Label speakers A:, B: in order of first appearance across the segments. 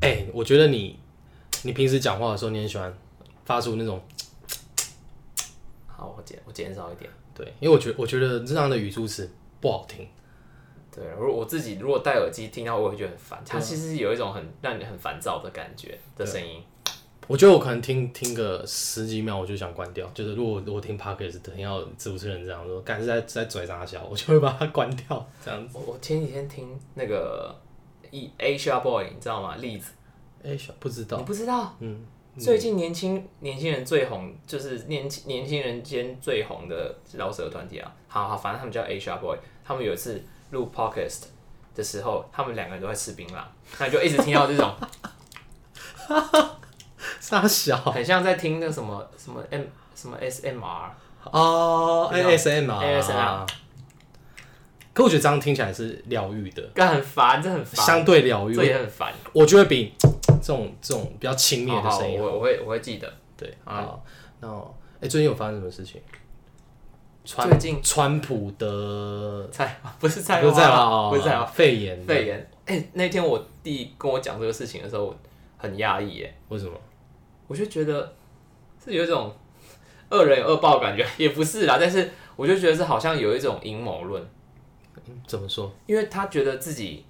A: 哎觉得你你平时讲话的时候，你很喜欢发出那种
B: 好，我减我减少一点。
A: 对，因为我觉我觉得这样的语助词不好听。
B: 对，如果我自己如果戴耳机听到，我会觉得很
A: 啊
B: 烦。它其实是有一种很让你很烦躁的感觉的声音。
A: 我觉得我可能听听个十几秒我就想关掉，就是如果我听 podcast 听到主持人这样说，干是在在拽啥小，我就会把它关掉。这样，
B: 我我前几天听那个一 Asia Boy，你知道吗？例子
A: 哎、小不知
B: 你
A: 道，
B: 不知道？
A: 嗯，
B: 最近年轻年轻人最红，就是年轻年轻人间最红的饶舌团体啊。好好，反正他们叫 Asia Boy。他们有一次录 Podcast 的时候，他们两个人都在吃槟榔，那你就一直听到这种
A: 傻小
B: 很像在听那什么什么 M 什么 SMR。
A: 哦
B: 你知道
A: ，ASM 啊
B: ASMR
A: 可我觉得这样听起来是疗愈的，
B: 干很烦，这很烦，
A: 相对疗愈
B: 这。也很烦。
A: 我觉得比这种这种比较轻蔑的
B: 好好
A: 声音，
B: 我我会我会记得。
A: 对
B: 好
A: 啊。那哎、最近有发生什么事情？川
B: 最近
A: 川普的
B: 菜不是菜
A: 嗯不是在
B: 花
A: 吗？哦
B: 不是菜花，
A: 肺炎的
B: 肺炎。哎、那天我弟跟我讲这个事情的时候，我很压抑耶，
A: 为什么？
B: 我就觉得是有一种恶人有恶报感觉，也不是啦，但是我就觉得是好像有一种阴谋论，
A: 嗯怎么说？
B: 因为他觉得自己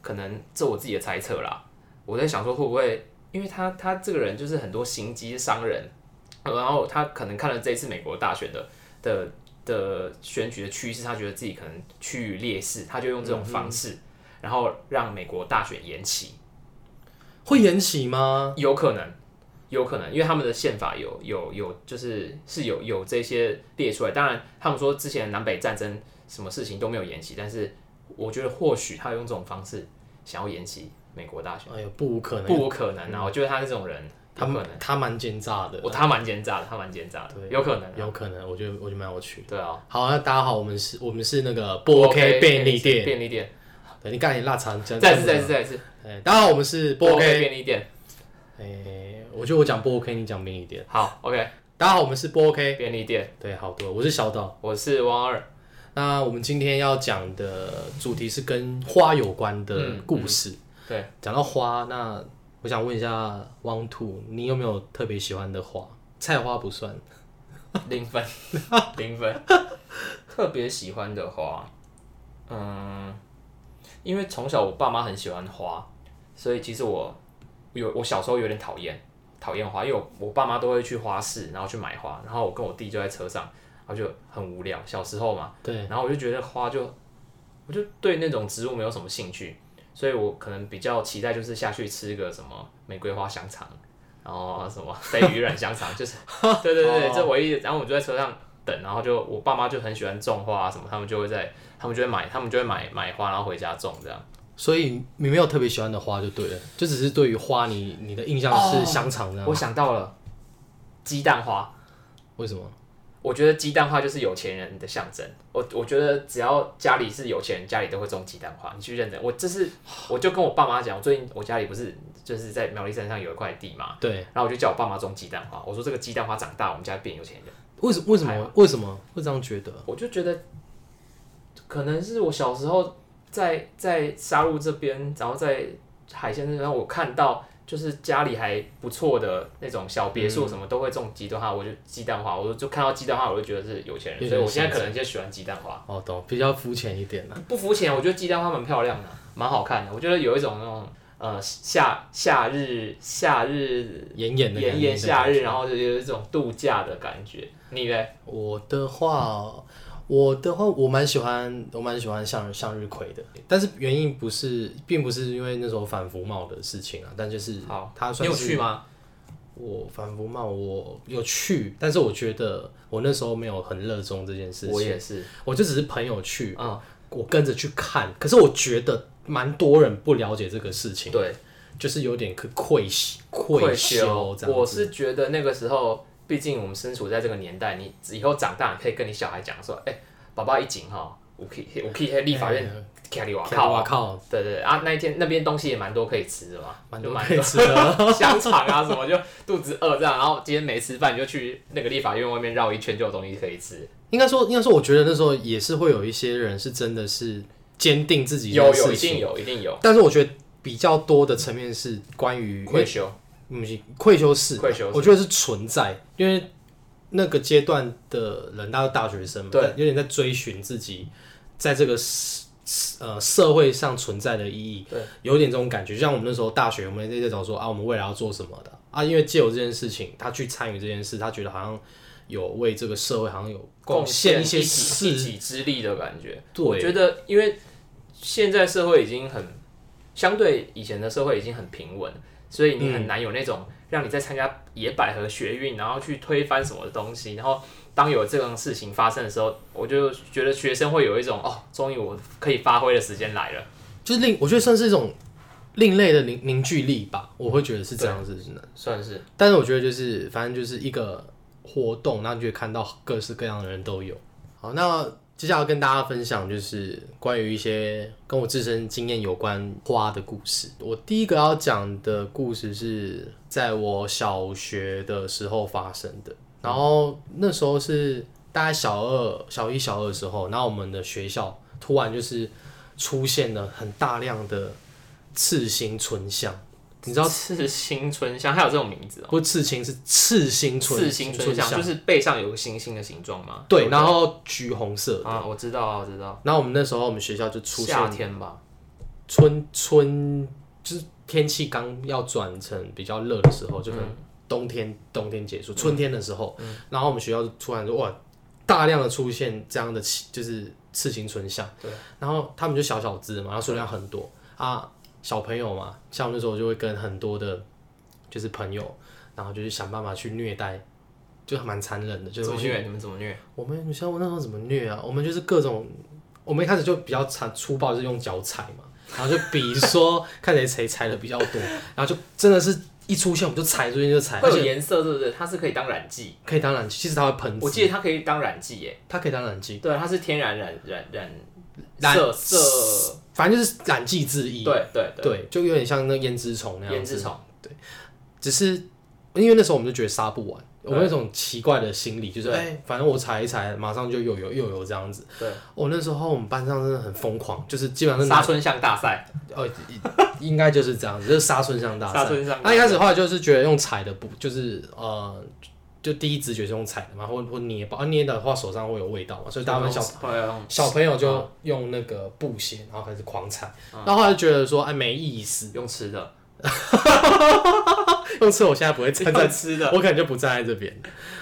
B: 可能这我自己的猜测啦，我在想说会不会，因为他他这个人就是很多心机商人，然后他可能看了这一次美国大选的的的选举的趋势，他觉得自己可能趋于劣势，他就用这种方式，然后让美国大选延期，
A: 会延期吗？
B: 有可能。有可能，因为他们的宪法有有有，就是是有有这些列出来。当然，他们说之前南北战争什么事情都没有延期，但是我觉得或许他用这种方式想要延期美国大选，
A: 哎呦，不无可能。
B: 不无可能啊！我觉得他这种人，
A: 他
B: 有可
A: 们
B: 能，
A: 他蛮奸诈的
B: 我，他蛮奸诈的，他蛮奸诈的，
A: 对
B: 有可能啊，
A: 有可能。我觉得我觉得蛮有趣的。
B: 对啊。
A: 好，那大家好，我们是我们是那个不 OK 便利店。
B: 便利店，
A: 对你干你腊肠，这样
B: 再次再次。再次，
A: 哎，大家好，我们是不 OK。
B: 便利店，
A: 哎，我觉得我讲不 OK，你讲便利店。
B: 好，OK，
A: 大家好，我们是不 OK。
B: 便利店，
A: 对，好多，我是小岛。
B: 我是汪二，
A: 那我们今天要讲的主题是跟花有关的
B: 嗯
A: 故事。
B: 对，
A: 讲到花，那我想问一下汪兔，你有没有特别喜欢的花？菜花不算，
B: 零分，零分，特别喜欢的花，嗯，因为从小我爸妈很喜欢花，所以其实我有我小时候有点讨厌讨厌花，因为我我爸妈都会去花市，然后去买花，然后我跟我弟就在车上，然后就很无聊，小时候嘛，
A: 对，
B: 然后我就觉得花就我就对那种植物没有什么兴趣，所以我可能比较期待就是下去吃个什么玫瑰花香肠，然后什么飞鱼软香肠，就是对对对，这唯一。然后我就在车上等，然后就我爸妈就很喜欢种花、啊、什么，他们就会在他们就会买，他们就会买买花，然后回家种这样。
A: 所以你没有特别喜欢的花就对了，就只是对于花你，你的印象是香肠这样。
B: 哦我想到了鸡蛋花。
A: 为什么？
B: 我觉得鸡蛋花就是有钱人的象征。我我觉得只要家里是有钱人，家里都会种鸡蛋花。你去认真，我这是我就跟我爸妈讲，我最近我家里不是就是在苗栗山上有一块地嘛，
A: 对，
B: 然后我就叫我爸妈种鸡蛋花。我说这个鸡蛋花长大，我们家变有钱人。
A: 为什为什么为什么会这样觉得？
B: 我就觉得可能是我小时候在在沙鹿这边，然后在海鲜那边，我看到就是家里还不错的那种小别
A: 嗯
B: 墅，什么都会种鸡蛋花，我就鸡蛋花，我就看到鸡蛋花，我就觉得是有钱人，
A: 有
B: 所以
A: 点
B: 我现在
A: 像
B: 可能就喜欢鸡蛋花。
A: 哦，懂，比较肤浅一点啦。
B: 不肤浅，我觉得鸡蛋花蛮漂亮的，蛮好看的。我觉得有一种那种呃夏夏日夏日
A: 炎炎的感
B: 炎
A: 觉
B: 炎夏
A: 对
B: 日，然后就有一种度假的感觉。你嘞？
A: 我的话，我的话，我蛮喜欢，我蛮喜欢向向日葵的，但是原因不是，并不是因为那时候反服贸的事情啊，但就是
B: 好，
A: 它
B: 你
A: 算
B: 有
A: 是
B: 去吗？
A: 我反服贸，我有去，但是我觉得我那时候没有很热衷这件事情，
B: 我也是，
A: 我就只是朋友去，
B: 嗯，
A: 我跟着去看，可是我觉得蛮多人不了解这个事情，
B: 对，
A: 就是有点愧疚愧羞这样子，
B: 我是觉得那个时候，毕竟我们身处在这个年代，你以后长大，你可以跟你小孩讲说，哎、爸爸一紧哈，我可以我可
A: 哎
B: 以在立法院卡里瓦靠
A: 我
B: 啊。
A: 靠，
B: 对对对啊，那一天那边东西也蛮多可以吃的嘛，
A: 蛮
B: 就
A: 多
B: 蛮
A: 可以吃的，
B: 香肠啊什么，就肚子饿这样，然后今天没吃饭，你就去那个立法院外面绕一圈，就有东西可以吃。
A: 应该说，应该说，我觉得那时候也是会有一些人是真的是坚定自己
B: 有
A: 的
B: 有
A: 事
B: 一定
A: 情，
B: 有一定有，
A: 但是我觉得。比较多的层面是关于
B: 愧疚，
A: 不是愧疚式吧，
B: 愧疚式
A: 我觉得是存在，因为那个阶段的人，大家都大学生嘛，
B: 对，
A: 有点在追寻自己在这个社呃社会上存在的意义，
B: 对，
A: 有点这种感觉。就像我们那时候大学，我们在在找说啊，我们未来要做什么的啊，因为借由这件事情，他去参与这件事，他觉得好像有为这个社会好像有
B: 贡
A: 献
B: 一
A: 一些
B: 己一
A: 事，
B: 己之力的感觉。我
A: 对，
B: 觉得，因为现在社会已经很相对以前的社会已经很平稳，所以你很
A: 嗯
B: 难有那种让你在参加野百合学运，然后去推翻什么的东西。然后当有这种事情发生的时候，我就觉得学生会有一种哦，终于我可以发挥的时间来了。
A: 就是另我觉得算是一种另类的凝凝聚力吧，我会觉得是这样子的。
B: 算是
A: 但是我觉得就是反正就是一个活动，那你就会看到各式各样的人都有。好，那接下来跟大家分享就是关于一些跟我自身经验有关花的故事。我第一个要讲的故事是在我小学的时候发生的，然后那时候是大概小二、小一、小二的时候，然后我们的学校突然就是出现了很大量的刺心春香，你知道
B: 刺青春香，还有这种名字哦。
A: 不是刺青是刺心春
B: 刺青春香
A: 香，
B: 就是背上有个星星的形状嘛。
A: 对，然后橘红色。
B: 啊，我知道啊，我知道。
A: 然后我们那时候我们学校就出现
B: 夏天吧，
A: 春春，就是天气刚要转成比较热的时候，就可能冬天、冬天结束，春天的时候，然后我们学校就突然说哇，大量的出现这样的气就是刺青春象，
B: 对，
A: 然后他们就小小只嘛，然后数量很多啊，小朋友嘛，像我那时候就会跟很多的，就是朋友，然后就是想办法去虐待，就蛮残忍的，就
B: 怎
A: 是
B: 么
A: 会去
B: 虐？你们怎么虐？
A: 我们你像我那时候怎么虐啊？我们就是各种，我们一开始就比较残粗暴，就是用脚踩嘛，然后就比说看谁谁踩的比较多，然后就真的是一出现我们就踩，出现就踩，
B: 会
A: 而
B: 有
A: 且
B: 颜色，对不对？它是可以当染剂，
A: 可以当燃气，其实它会喷
B: 我
A: 汁，
B: 记得它可以当染剂耶。
A: 它可以当燃气，
B: 对，它啊是天然染染染
A: 染
B: 色色，
A: 反正就是染剂之一。
B: 对对对，
A: 对，就有点像那胭脂虫那样
B: 胭
A: 子
B: 脂，虫，
A: 只是因为那时候我们就觉得杀不完，我
B: 对
A: 们有一种奇怪的心理，就是
B: 对
A: 哎、反正我踩一踩，马上就又有又有这样子。
B: 对，
A: 我、那时候我们班上真的很疯狂，就是基本上是拿
B: 沙春象大赛，
A: 哦，应应该就是这样子，就是杀春香大
B: 沙
A: 赛。
B: 春象大
A: 那
B: 赛，
A: 一开始的话就是觉得用踩的不，就是呃，就第一直觉是用踩的嘛，或或捏吧，啊捏的话手上会有味道嘛，所以大部分小
B: 朋友
A: 小朋友
B: 嗯
A: 就用那个布鞋，然后开始狂踩，然后后来就觉得说哎没意思，
B: 用吃的，
A: 用吃我现在不会站在
B: 用吃的，
A: 我可能就不站在这边。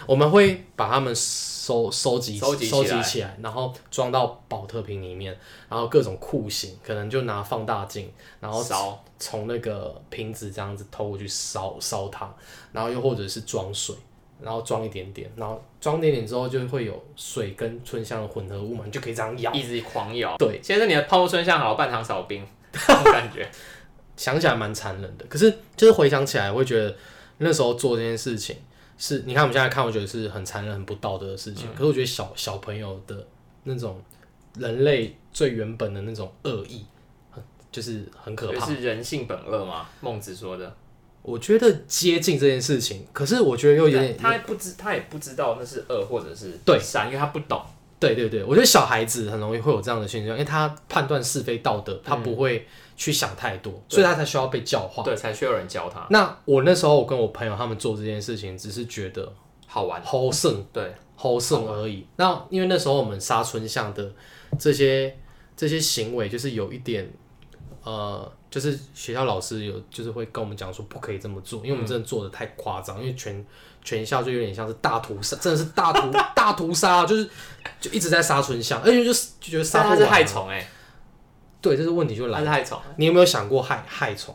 A: 我们会把它们收收集
B: 收集起来
A: 收集起来，然后装到保特瓶里面，然后各种酷刑，可能就拿放大镜，然后
B: 烧
A: 从那个瓶子这样子偷过去烧烧它，然后又或者是装水，然后装一点点，然后装一点点之后就会有水跟春香的混合物嘛，你就可以这样摇。
B: 一直狂咬。
A: 对，
B: 现在你的泡沫春象好半糖少 冰，那种感觉。
A: 想起来蛮残忍的，可是就是回想起来，我会觉得那时候做这件事情是，你看我们现在看，我觉得是很残忍、很不道德的事情。可是我觉得小小朋友的那种人类最原本的那种恶意，很就是很可
B: 就
A: 怕。
B: 是人性本恶嘛，孟子说的。
A: 我觉得接近这件事情，可是我觉得又有点
B: 但他不知，他也不知道那是恶或者是
A: 对
B: 善，因为他不懂。
A: 对对对，我觉得小孩子很容易会有这样的现象，因为他判断是非道德，他不会去想太多，所以他才需要被教化。
B: 对，才需要有人教他，
A: 那我那时候，我跟我朋友他们做这件事情，只是觉得
B: 好玩。
A: 好胜。
B: 对，
A: 猴剩而已。那因为那时候我们杀春象的这些这些行为，就是有一点，呃，就是学校老师有就是会跟我们讲说不可以这么做，因为
B: 嗯
A: 我们真的做的太夸张，因为全全校就有点像是大屠杀，真的是大屠 大屠杀，就是就一直在杀春象，而且就是就觉得杀
B: 但
A: 不完啊
B: 他是害虫哎，
A: 对，这是问题就来了。
B: 他是害虫。
A: 你有没有想过害害虫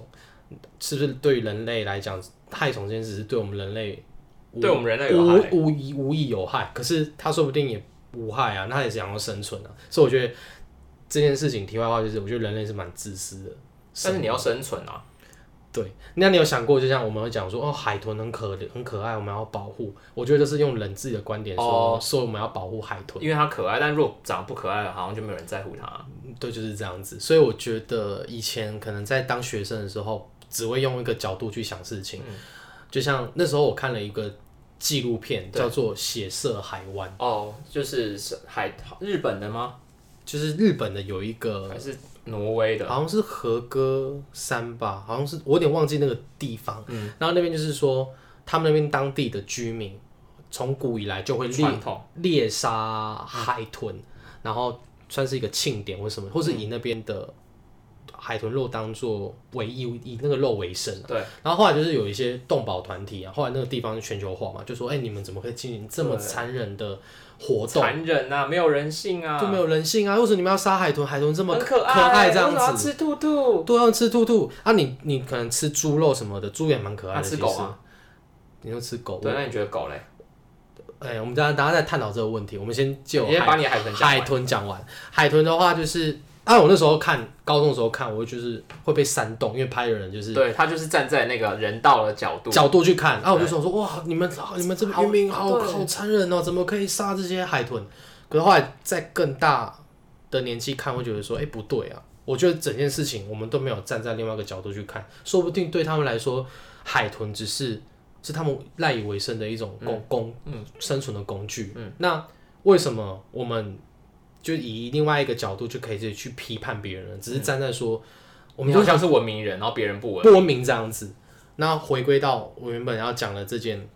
A: 是不是对于人类来讲，害虫这件事是对我们人类无
B: 对我们人类有害欸
A: 无无疑无益有害，可是他说不定也无害啊，那他也想要生存啊。所以我觉得这件事情，题外话就是，我觉得人类是蛮自私的。
B: 但是你要生存啊，
A: 对，那你有想过，就像我们会讲说，哦，海豚很可很可爱，我们要保护。我觉得这是用人自己的观点说，
B: 哦
A: 说我们要保护海豚。
B: 因为它可爱，但如果长得不可爱了，好像就没有人在乎它。
A: 对，就是这样子。所以我觉得以前可能在当学生的时候，只会用一个角度去想事情。
B: 嗯
A: 就像那时候我看了一个纪录片，叫做《血色海湾》，
B: 哦，就是是海日本的吗？
A: 就是日本的有一个
B: 还是挪威的，
A: 好像是和歌山吧，好像是我有点忘记那个地方。嗯，然后那边就是说，他们那边当地的居民从古以来就会猎
B: 传统嗯
A: 猎杀海豚，然后算是一个庆典或什么，或是以那边的海豚肉当做唯一以那个肉为生。
B: 对，
A: 然后后来就是有一些动保团体啊，后来那个地方全球化嘛，就说哎、你们怎么可以进行这么
B: 对
A: 残忍的活动？
B: 残忍啊，没有人性啊，
A: 就没有人性啊！为什么你们要杀海豚？海豚这么
B: 很可
A: 可爱这样
B: 为什么
A: 子
B: 要，吃兔兔，
A: 都要吃兔兔啊你！你可能吃猪肉什么的，猪也蛮可爱的。
B: 那吃
A: 其
B: 狗啊
A: 实
B: 吗？
A: 你就吃狗。
B: 对，那你觉得狗嘞？
A: 哎、我们等一下等一下再探讨这个问题。我们先就
B: 你先把你的海豚讲完
A: 海豚讲完。海豚的话就是，啊，我那时候看高中的时候看，我就是会被煽动，因为拍的人就是
B: 对他就是站在那个人道的角度，
A: 角度去看，啊，我就想说，哇，你们你们这个
B: 好
A: 渔民好
B: 对
A: 好残忍哦，怎么可以杀这些海豚？可是后来在更大的年纪看，会觉得说，哎、不对啊，我觉得整件事情我们都没有站在另外一个角度去看，说不定对他们来说，海豚只是是他们赖以为生的一种工、
B: 嗯
A: 工、生存的工具。嗯，那为什么我们就以另外一个角度就可以自己去批判别人了？
B: 嗯
A: 只是站在说，我们
B: 你
A: 要
B: 好像是文明人，然后别人不文，
A: 不文明这样子。那回归到我原本要讲的这件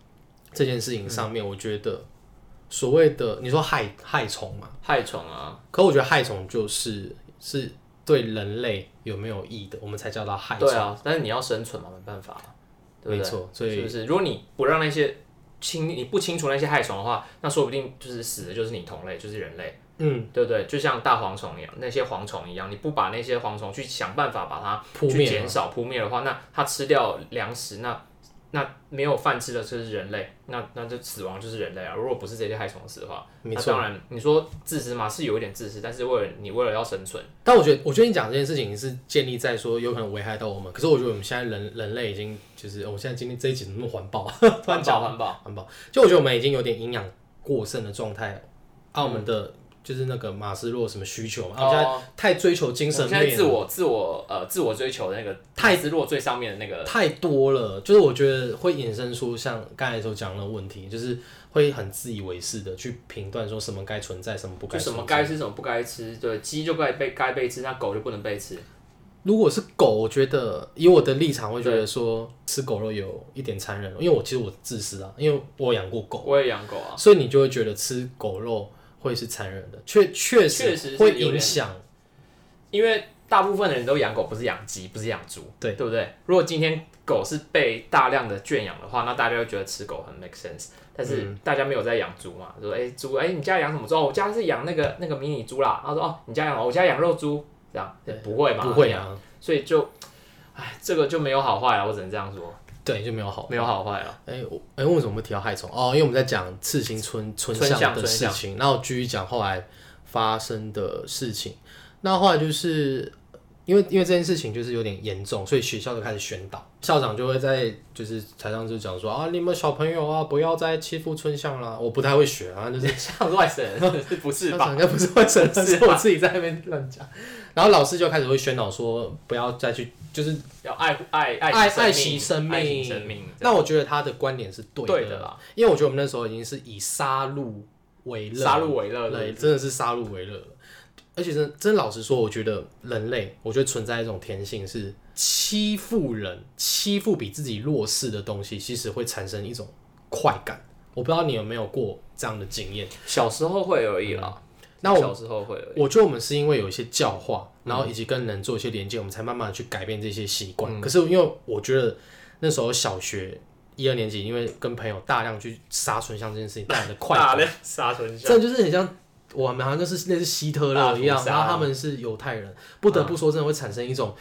A: 这件事情上面，我觉得所谓的你说害害虫嘛，
B: 害虫啊，
A: 可我觉得害虫就是是对人类有没有益的，我们才叫它害虫。
B: 对啊，但是你要生存嘛，没办法嘛，对
A: 没
B: 不对？
A: 错，所
B: 是
A: 以
B: 不是？如果你不让那些清，你不清除那些害虫的话，那说不定就是死的就是你同类，就是人类。
A: 嗯，
B: 对不对？就像大蝗虫一样，那些蝗虫一样，你不把那些蝗虫去想办法把它
A: 扑
B: 去
A: 灭
B: 减少扑灭的话，那它吃掉粮食，那那没有饭吃的就是人类，那那就死亡就是人类啊！如果不是这些害虫死的话，
A: 没
B: 那
A: 错
B: 当然你说自私嘛，是有一点自私，但是为了你为了要生 存，
A: 但我觉得，我觉得你讲这件事情是建立在说有可能危害到我们，可是我觉得我们现在人人类已经就是，我们现在今天这一集怎么那么环保 啊？突然
B: 环
A: 讲
B: 保环保，
A: 环保，就我觉得我们已经有点营养过剩的状态了，啊，我们的就是那个马斯洛什么需求嘛，啊我们现
B: 哦
A: 在太追求精
B: 我
A: 神
B: 们现在
A: 面
B: 自
A: 了，
B: 我自我呃自我追求的那个泰斯洛最上面的那个，
A: 太多了，就是我觉得会衍生出像刚才所讲的问题，就是会很自以为是的去评断说什么该存在，什么不该
B: 就什
A: 存在
B: 么。该吃什么不该吃，对，鸡就该被该被吃，那狗就不能被吃，
A: 如果是狗，我觉得以我的立场，会觉得说吃狗肉有一点残忍，因为我其实我自私啊，因为我养过狗，
B: 我也养狗啊。
A: 所以你就会觉得吃狗肉会是残忍的，确确
B: 确实
A: 实
B: 是
A: 会
B: 有点
A: 影响。
B: 因为大部分的人都养狗，不是养鸡，不是养猪，
A: 对
B: 对不对？如果今天狗是被大量的圈养的话，那大家会觉得吃狗很 make sense。但是
A: 嗯
B: 大家没有在养猪嘛，说哎猪哎你家养什么猪？哦我家是养那个那个迷你猪啦。他说哦你家养我家养肉猪，这样
A: 对
B: 不会嘛？
A: 不会，啊，
B: 所以就哎这个就没有好坏啊，我只能这样说，
A: 对，就没有好。
B: 没有好坏 啊。
A: 哎、我哎、为什么会提到害虫？哦，因为我们在讲刺青村村
B: 村巷
A: 上的
B: 村
A: 事
B: 巷
A: 情，然后继续讲后来发生的事情。那后来就是因为因为这件事情就是有点严重，所以学校就开始宣导，校长就会在就是台上就讲说啊，你们小朋友啊，不要再欺负村巷啦。我不太会学啊，就是
B: 你像外省人 不是
A: 校
B: 吧？
A: 长应该不是外省人，
B: 是
A: 是我自己在那边乱讲。然后老师就开始会宣导说，不要再去就是
B: 要爱护爱爱
A: 爱
B: 爱
A: 爱惜生
B: 爱惜
A: 命
B: 生命，
A: 那我觉得他的观点是对的
B: 对的啦，
A: 因为我觉得我们那时候已经是以杀戮为乐，
B: 杀戮为乐，
A: 对，真的是杀戮为乐了。而且真真老实说，我觉得人类，我觉得存在一种天性是欺负人、欺负比自己弱势的东西，其实会产生一种快感。我不知道你有没有过这样的经验。
B: 小时候会而已啦。
A: 那我
B: 小时候会而已。
A: 我觉得我们是因为有一些教化，然后以及跟人做一些连接，我们才慢慢的去改变这些习惯。
B: 嗯
A: 可是因为我觉得那时候小学一二年级，因为跟朋友大量去杀春香这件事情带来的快
B: 大
A: 感，
B: 量杀春香，
A: 这就是很像我们好像就是类似希特勒一样
B: 大，屠杀嗯
A: 然后他们是犹太人，不得不说真的会产生一种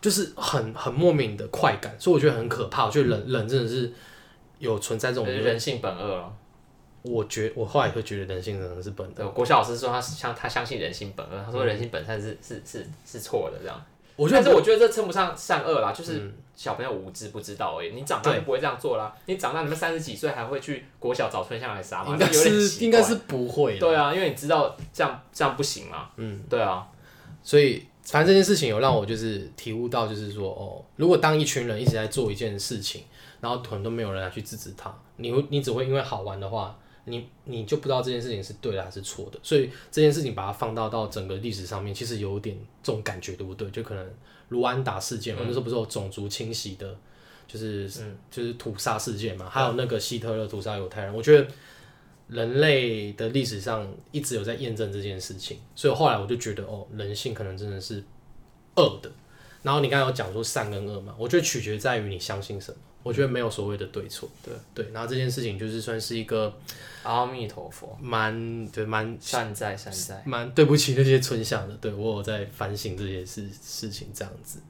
A: 就是很很莫名的快感，所以我觉得很可怕。我觉得人人真的是有存在这种
B: 就是嗯人性本恶了。
A: 我觉我后来会觉得人性真的是本
B: 对，我国小老师说他相他相信人性本恶，他说人性本善是是是是错的这样。
A: 嗯我觉得嗯
B: 但是我觉得这称不上善恶啦，就是小朋友无知不知道而已。你长大
A: 对
B: 就不会这样做啦。你长大你们三十几岁还会去国小找春香来杀吗？
A: 应该
B: 这有点
A: 是
B: 奇
A: 应该
B: 怪。
A: 是不会的。
B: 对啊，因为你知道这样这样不行嘛。嗯，对啊，
A: 所以反正这件事情有让我就是体悟到，就是说哦，如果当一群人一直在做一件事情，然后可能都没有人来去制止他，你会你只会因为好玩的话，你你就不知道这件事情是对的还是错的，所以这件事情把它放到到整个历史上面，其实有点这种感觉，对不对？就可能卢安达事件嘛，那时候不是有种族清洗的，就是、就是屠杀事件嘛，还有那个希特勒屠杀犹太人，我觉得人类的历史上一直有在验证这件事情，所以后来我就觉得哦，人性可能真的是恶的。然后你刚才有讲说善跟恶嘛，我觉得取决在于你相信什么，我觉得没有所谓的对错。对对，然后这件事情就是算是一个。
B: 阿弥陀佛，
A: 蛮对蛮
B: 善哉善哉。
A: 蛮对不起那些村巷的，对我有在反省这些事事情这样子。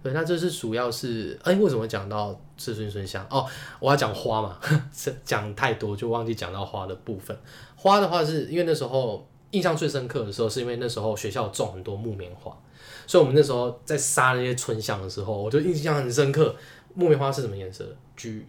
A: 对，那这是主要是哎、为什么讲到自尊村巷？哦，我要讲花嘛，这讲太多就忘记讲到花的部分。花的话是因为那时候印象最深刻的时候，是因为那时候学校种很多木棉花，所以我们那时候在杀那些村巷的时候，我就印象很深刻。木棉花是什么颜色？橘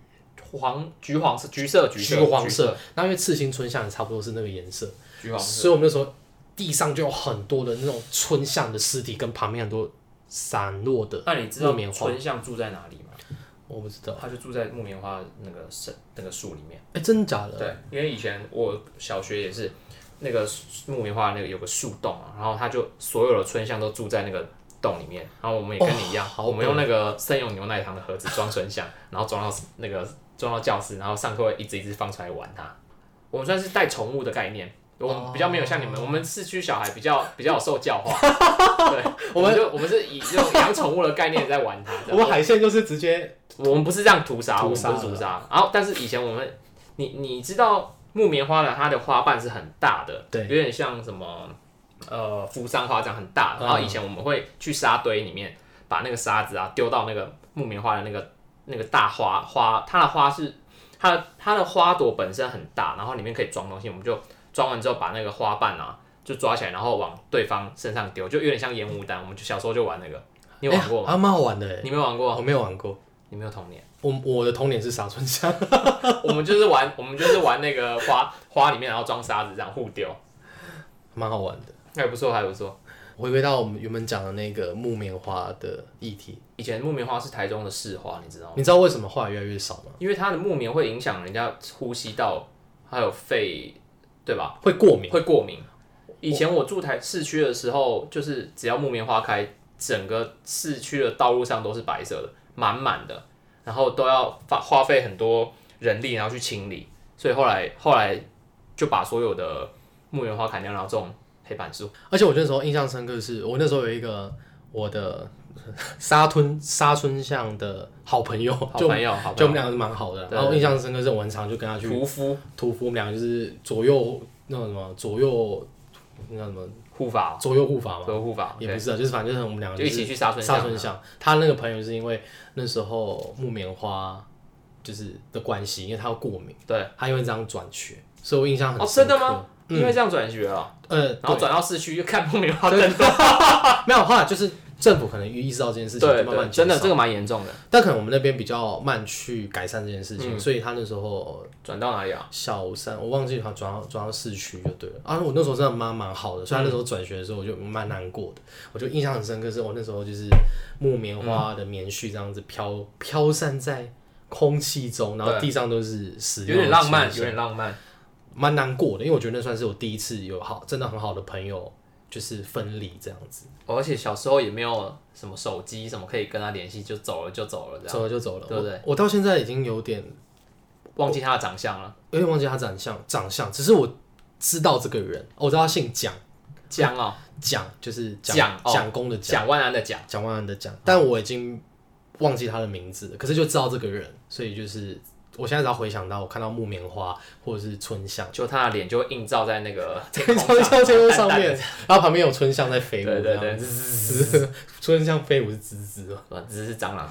B: 黄橘黄色橘色橘色
A: 黄色。那因为刺青春巷也差不多是那个颜色。
B: 橘黄色
A: 所以我们那时候地上就有很多的那种春象的尸体，跟旁边很多散落的。
B: 那你知道
A: 木棉花
B: 春象住在哪里吗？
A: 我不知道，
B: 他就住在木棉花那个森那个树里面。
A: 哎、真的假的？
B: 对，因为以前我小学也是那个木棉花那个有个树洞啊，然后他就所有的春象都住在那个洞里面。然后我们也跟你一样
A: 哦，好
B: 我们用那个生用牛奶糖的盒子装春象，然后装到那个装到教室，然后上课会一直一直放出来玩它。我们算是带宠物的概念。我们比较没有像你们，我们市区小孩比较比较有受教 化，对，我们就我们是以这种养宠物的概念在玩它。这样
A: 我们海鲜就是直接
B: 我们不是这样屠杀，我
A: 屠
B: 们不
A: 杀
B: 是屠杀。然后，但是以前我们，你你知道木棉花的它的花瓣是很大的，
A: 对
B: 有点像什么呃扶桑花这样很大。
A: 嗯
B: 然后以前我们会去沙堆里面把那个沙子啊丢到那个木棉花的那个那个大花花，它的花是它的它的花朵本身很大，然后里面可以装东西，我们就装完之后把那个花瓣啊就抓起来，然后往对方身上丢，就有点像烟雾弹。我们就小时候就玩那个，你有玩过
A: 哎
B: 吗？
A: 还蛮好玩的哎、
B: 你没有玩过，
A: 我没有玩过，
B: 你没有童年。
A: 我我的童年是傻春香，
B: 我们就是玩，我们就是玩那个花花里面，然后装沙子这样互丢，
A: 蛮好玩的。
B: 还不错，还不错。
A: 回归到我们原本讲的那个木棉花的议题，
B: 以前木棉花是台中的市花，你知道吗？
A: 你知道为什么后来越来越少吗？
B: 因为它的木棉会影响人家呼吸道，还有肺，对吧？
A: 会过敏，
B: 会过敏。以前我住台市区的时候，就是只要木棉花开，整个市区的道路上都是白色的，满满的，然后都要花花费很多人力，然后去清理。所以后来后来就把所有的木棉花砍掉，然后种黑板树。
A: 而且我那时候印象深刻的是，我那时候有一个我的 沙吞沙村巷的好朋友，
B: 好
A: 就
B: 朋友，好
A: 就我
B: 朋友，
A: 们两个是蛮好的啦。
B: 对
A: 然后印象深刻是，我很常就跟他去
B: 屠夫
A: 屠夫，我们两个就是左右那种什么左右那叫什么
B: 护法，
A: 左右护法嘛，
B: 左右护法，
A: 也不是啊，就是反正就是我们两个
B: 就一起去沙村
A: 沙
B: 巷
A: 村巷。他那个朋友是因为那时候木棉花就是的关系，因为他要过敏，
B: 对，
A: 他因为这样转学，所以我印象很
B: 哦，
A: 深
B: 真
A: 刻。
B: 的吗？因为这样转学了，
A: 呃，
B: 然后
A: 对
B: 转到市区又看木棉花灯，
A: 没有，后来就是政府可能意识到这件事情，就
B: 对
A: 慢慢减
B: 对，真的
A: 少
B: 这个蛮严重的。
A: 但可能我们那边比较慢去改善这件事
B: 嗯
A: 情，所以他那时候
B: 转到哪里啊？
A: 小三，我忘记他转到转到市区就对了。啊，我那时候真的蛮蛮好的，所以他那时候转学的时候我就蛮难过的。我就印象很深刻，是我那时候就是木棉花的棉絮这样子飘飘散在空气中，然后地上都是石，
B: 有点浪漫，有，点浪漫。
A: 蛮难过的。因为我觉得那算是我第一次有好真的很好的朋友就是分离这样子，
B: 哦而且小时候也没有什么手机什么可以跟他联系，就走了就走了，这样
A: 走了就走了，
B: 对不对
A: 我？我到现在已经有点
B: 忘记他的长相了。
A: 有点忘记他长相长相，只是我知道这个人，哦我知道他姓蒋，
B: 江哦，
A: 蒋就是
B: 蒋哦
A: 蒋公的蒋。
B: 蒋万安的蒋，
A: 蒋万安的蒋，但我已经忘记他的名字了，可是就知道这个人，所以就是我现在只要回想到我看到木棉花或者是春香，
B: 就他的脸就会映照在那个
A: 在
B: 天空
A: 春香天空上
B: 淡淡
A: 面， 然后旁边有春香在飞舞，
B: 对对
A: 这样
B: 对，
A: 子，春香飞舞是滋滋哦，
B: 哇只是蟑螂，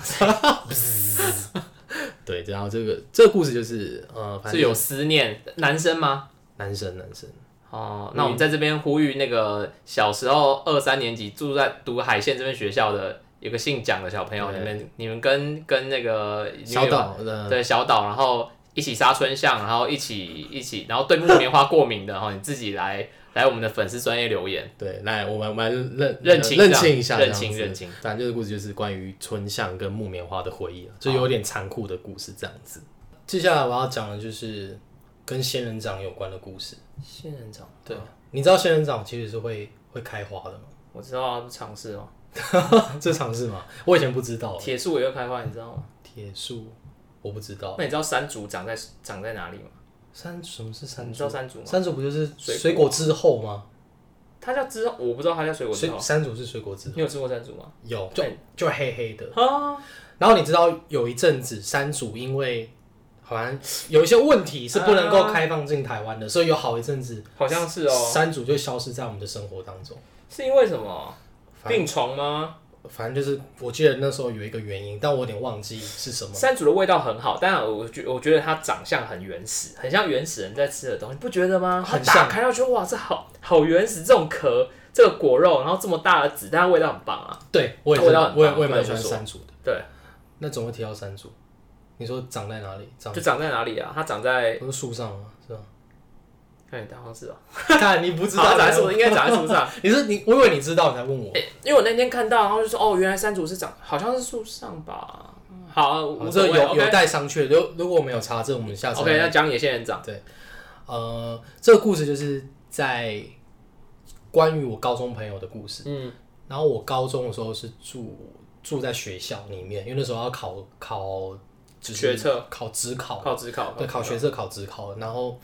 A: 对，然后这个这个故事就是呃，反
B: 是
A: 正
B: 有思念男生吗？
A: 男生男生，嗯
B: 哦，那我们在这边呼吁那个小时候二三年级住在读海线这边学校的有个姓蒋的小朋友，
A: 对
B: 你们你们跟跟那个
A: 小
B: 女友
A: 岛呃的
B: 对小岛，然后一起杀春象，然后一起一起，然后对木棉花过敏的，然后你自己来来我们的粉丝专业留言，
A: 对，来我们我们来认
B: 认清
A: 认
B: 这样
A: 清一下，
B: 认清
A: 这样子
B: 认清。
A: 反正这个故事就是关于春象跟木棉花的回忆了，就有点残酷的故事这样子。接下来我要讲的就是跟仙人掌有关的故事。
B: 仙人掌，
A: 对，你知道仙人掌其实是会会开花的吗？
B: 我知道啊，不尝试哦。
A: 这常识吗？我以前不知道。
B: 铁树也会开花，你知道吗？
A: 铁树，我不知道。
B: 那你知道山竹长在长在哪里吗？
A: 山什么是山
B: 你知
A: 竹
B: 道？山竹吗？
A: 山竹不就是
B: 水果
A: 水果之后吗？
B: 它叫枝，我不知道它叫水果枝
A: 水
B: 哦。
A: 山竹是水果之后，
B: 你有吃过山竹吗？
A: 有就
B: 对
A: 就黑黑的。
B: 啊，
A: 然后你知道有一阵子山竹因为好像有一些问题是不能够开放进台湾的，所以有好一阵子
B: 好像是哦。
A: 山竹就消失在我们的生活当中。
B: 是因为什么？
A: 反
B: 病虫吗？
A: 反正就是我记得那时候有一个原因，但我有点忘记是什么。
B: 山竹的味道很好，但我觉我觉得它长相很原始，很像原始人在吃的东西，你不觉得吗？
A: 很
B: 它打
A: 像
B: 开到觉得哇，这好好原始，这种壳，这个果肉，然后这么大的籽，但它味道很棒啊。
A: 对，我也
B: 味
A: 是
B: 道很
A: 我也
B: 棒
A: 我也蛮
B: 不
A: 喜
B: 得
A: 欢
B: 不说
A: 山竹的。
B: 对，
A: 那怎么会提到山竹？你说长在哪里？长
B: 就长在哪里啊？它长在，
A: 不是树上吗？是 吧？
B: 哎，好 像是哦，
A: 看你不知道，
B: 好它长在树上，应该长在树上。
A: 你是你，我以为你知道，你才问我。
B: 欸 因为我那天看到，然后就说哦，原来山竹是长，好像是树上吧。好，
A: 我
B: 无
A: 这
B: 所谓
A: 有有
B: OK
A: 待商榷。如如果我们有查证，我们下次
B: OK，
A: 来
B: 那讲野仙人掌，
A: 呃，这个故事就是在关于我高中朋友的故事。
B: 嗯，
A: 然后我高中的时候是住住在学校里面，因为那时候要考考就是
B: 学测、
A: 考职考，
B: 靠自考，
A: 对，考
B: 自
A: 学测、考职考。然后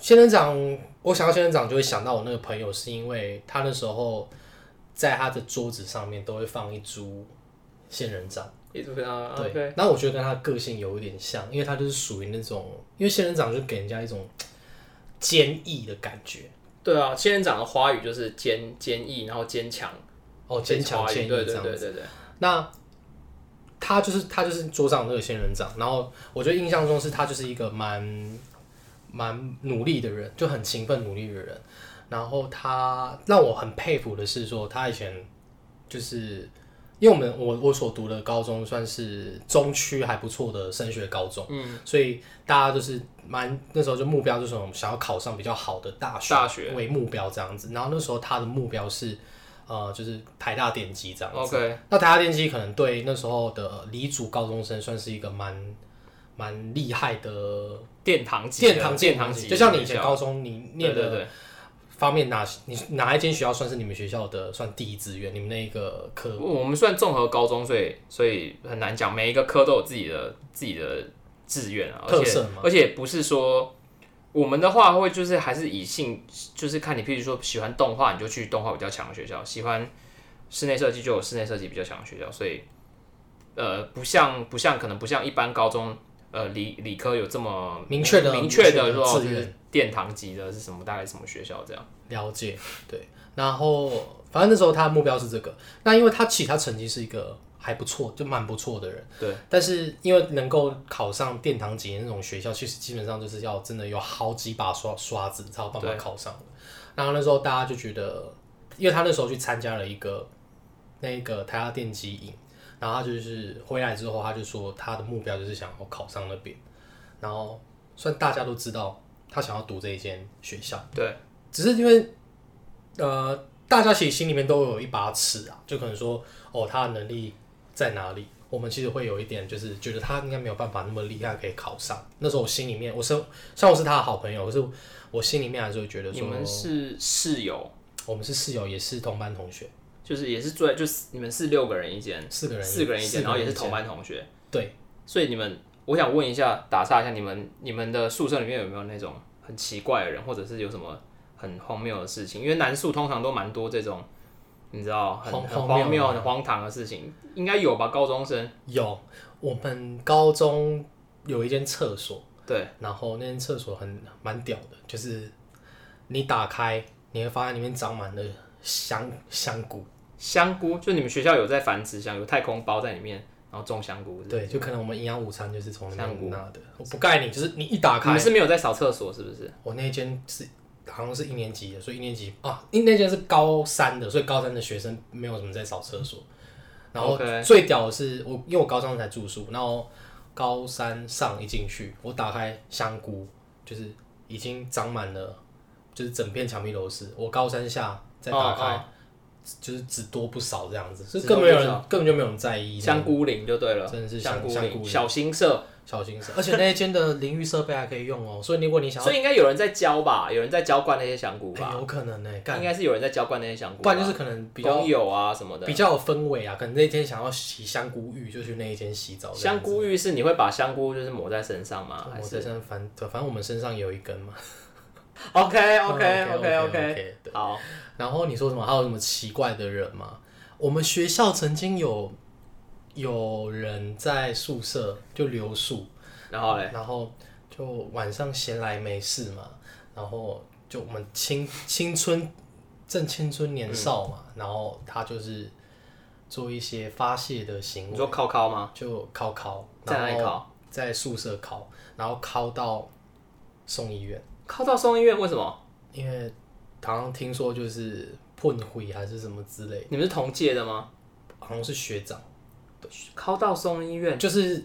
A: 仙人掌，我想到仙人掌就会想到我那个朋友，是因为他那时候在他的桌子上面都会放一株仙人掌。
B: 考，一直啊
A: 对
B: OK，
A: 然后我觉得跟他的个性有一点像，因为他就是属于那种，因为仙人掌就给人家一种坚毅的感觉，
B: 对啊，仙人掌的花语就是坚坚毅，然后坚强，
A: 哦，坚强
B: 花语
A: 坚毅
B: 对
A: 这
B: 对
A: 样
B: 对
A: 子。
B: 对对，
A: 那他就是他就是桌上那个仙人掌，然后我觉得印象中是他就是一个蛮蛮努力的人，就很勤奋努力的人。然后他让我很佩服的是说，他以前就是因为我们我我所读的高中算是中区还不错的升学高中。
B: 嗯，
A: 所以大家就是蛮那时候就目标就是我们想要考上比较好的大学，
B: 大学
A: 为目标这样子。然后那时候他的目标是呃，就是台大电机这样子。
B: OK，
A: 那台大电机可能对那时候的黎族高中生算是一个蛮蛮厉害的
B: 殿堂级的，
A: 殿堂
B: 殿堂级
A: 就
B: 的学校，
A: 像你以前高中你念
B: 对对
A: 的
B: 对，
A: 方面哪你哪一间学校算是你们学校的算第一志愿？你们那一个科目
B: 我们算综合高中，所以所以很难讲，每一个科都有自己的自己的志愿啊，而
A: 特
B: 且
A: 色嘛
B: 而且不是说我们的话会就是还是以性，就是看你，譬如说喜欢动画，你就去动画比较强的学校；喜欢室内设计就有室内设计比较强的学校，所以呃，不像不像可能不像一般高中呃理理科有这么呃
A: 明确的
B: 明确的
A: 明确的
B: 说
A: 志
B: 就
A: 愿
B: 是殿堂级的是什么，大概什么学校这样。
A: 了解，对。然后反正那时候他的目标是这个，那因为他其实他成绩是一个还不错，就蛮不错的人。
B: 对，
A: 但是因为能够考上殿堂级的那种学校，其实基本上就是要真的有好几把刷刷子才有办法
B: 对
A: 考上的。然后那时候大家就觉得，因为他那时候去参加了一个那个台大电机营，然后他就是回来之后，他就说他的目标就是想要考上那边。然后虽然大家都知道他想要读这一间学校。
B: 对，
A: 只是因为呃，大家其实心里面都有一把尺啊，就可能说哦，他的能力在哪里？我们其实会有一点，就是觉得他应该没有办法那么厉害可以考上。那时候我心里面，我是虽然我是他的好朋友，可是我心里面还是会觉得
B: 你
A: 说，
B: 们是室友，
A: 我们是室友，也是同班同学，
B: 就是也是住在就是你们是六个人一间。
A: 四个人，
B: 四个人一间，然后也是
A: 四个
B: 同班同学。
A: 对，
B: 所以你们，我想问一下，打岔一下，你们你们的宿舍里面有没有那种很奇怪的人，或者是有什么很荒谬的事情？因为南宿通常都蛮多这种，你知道，很
A: 荒
B: 很
A: 荒谬
B: 荒谬、
A: 吗
B: 很荒唐的事情，应该有吧？高中生，
A: 有。我们高中有一间厕所，
B: 对，
A: 然后那间厕所很蛮屌的，就是你打开，你会发现里面长满了香香菇，
B: 香菇，就你们学校有在繁殖香，有太空包在里面，然后种香菇，
A: 对，就可能我们营养午餐就是从那
B: 香菇
A: 边拿的。我不盖你，就是你一打
B: 你
A: 开
B: 们，是没有在扫厕所，是不是？
A: 我那一间是好像是一年级的，所以一年级啊，因为那间是高三的，所以高三的学生没有什么在扫厕所。然后
B: OK
A: 最屌的是我，因为我高中才住宿，然后高三上一进去，我打开香菇，就是已经长满了，就是整片墙壁都是。我高三下再打开，
B: 哦
A: 就是只多不少这样子，
B: 只
A: 就根本没有人
B: 多不
A: 根本就没有人在
B: 哦
A: 意。
B: 香菇林就对了，
A: 真的是
B: 香菇
A: 香香菇
B: 林
A: 林
B: 小新社，
A: 小心省。而且那一间的淋浴设备还可以用哦，所以如果你想要，
B: 所以应该有人在浇吧，有人在浇灌那些香菇
A: 哎
B: 吧，
A: 有可能呢、
B: 应
A: 干，
B: 该是有人在浇灌那些香菇吧，
A: 不然就是可能比较
B: 工友啊什么的
A: 比。较有氛围啊，可能那天想要洗香菇浴，就去那一间洗澡这样
B: 香
A: 子。
B: 菇浴是你会把香菇就是抹在身上吗？还
A: 我
B: 是
A: 在身反，反正我们身上有一根嘛。
B: OK OK OK
A: OK
B: OK，
A: OK。
B: 好，
A: 然后你说什么？还有什么奇怪的人吗？我们学校曾经有有人在宿舍就留宿，
B: 然后嘞，
A: 然后就晚上闲来没事嘛，然后就我们青青春正青春年少嘛，
B: 嗯
A: 然后他就是做一些发泄的行
B: 你
A: 为，
B: 说靠靠吗？
A: 就考考，
B: 在哪里
A: 然后
B: 靠？
A: 在宿舍考，然后考到送医院，
B: 靠到送医院为什么？
A: 因为好像听说就是碰灰还是什么之类的，
B: 你们是同届的吗？
A: 好像是学长，
B: 靠到送医院，
A: 就是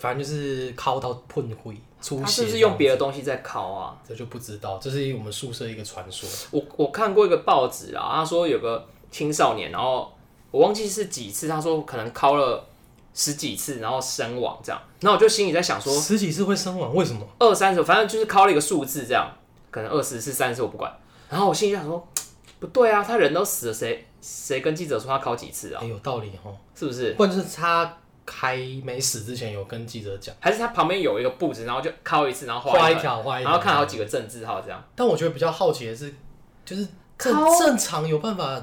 A: 反正就是考到碰灰出血这样，
B: 他是不是用别的东西在靠啊？
A: 这就不知道，这是我们宿舍一个传说。
B: 我我看过一个报纸啊，他说有个青少年，然后我忘记是几次，他说可能敲了十几次，然后身亡这样。然后我就心里在想说，
A: 十几次会身亡，为什么？
B: 二三十，反正就是敲了一个数字这样，可能二十是三十我不管。然后我心里想说，不对啊，他人都死了，谁谁跟记者说他敲几次啊？
A: 哎，有道理哦。
B: 是不是？
A: 或者是他还没死之前有跟记者讲，
B: 还是他旁边有一个布子，然后就敲一次，然后
A: 画
B: 画
A: 一
B: 横
A: 条，画一条，
B: 然后看好几个正字号这样，
A: 但我觉得比较好奇的是，就是正
B: 靠
A: 正常有办法，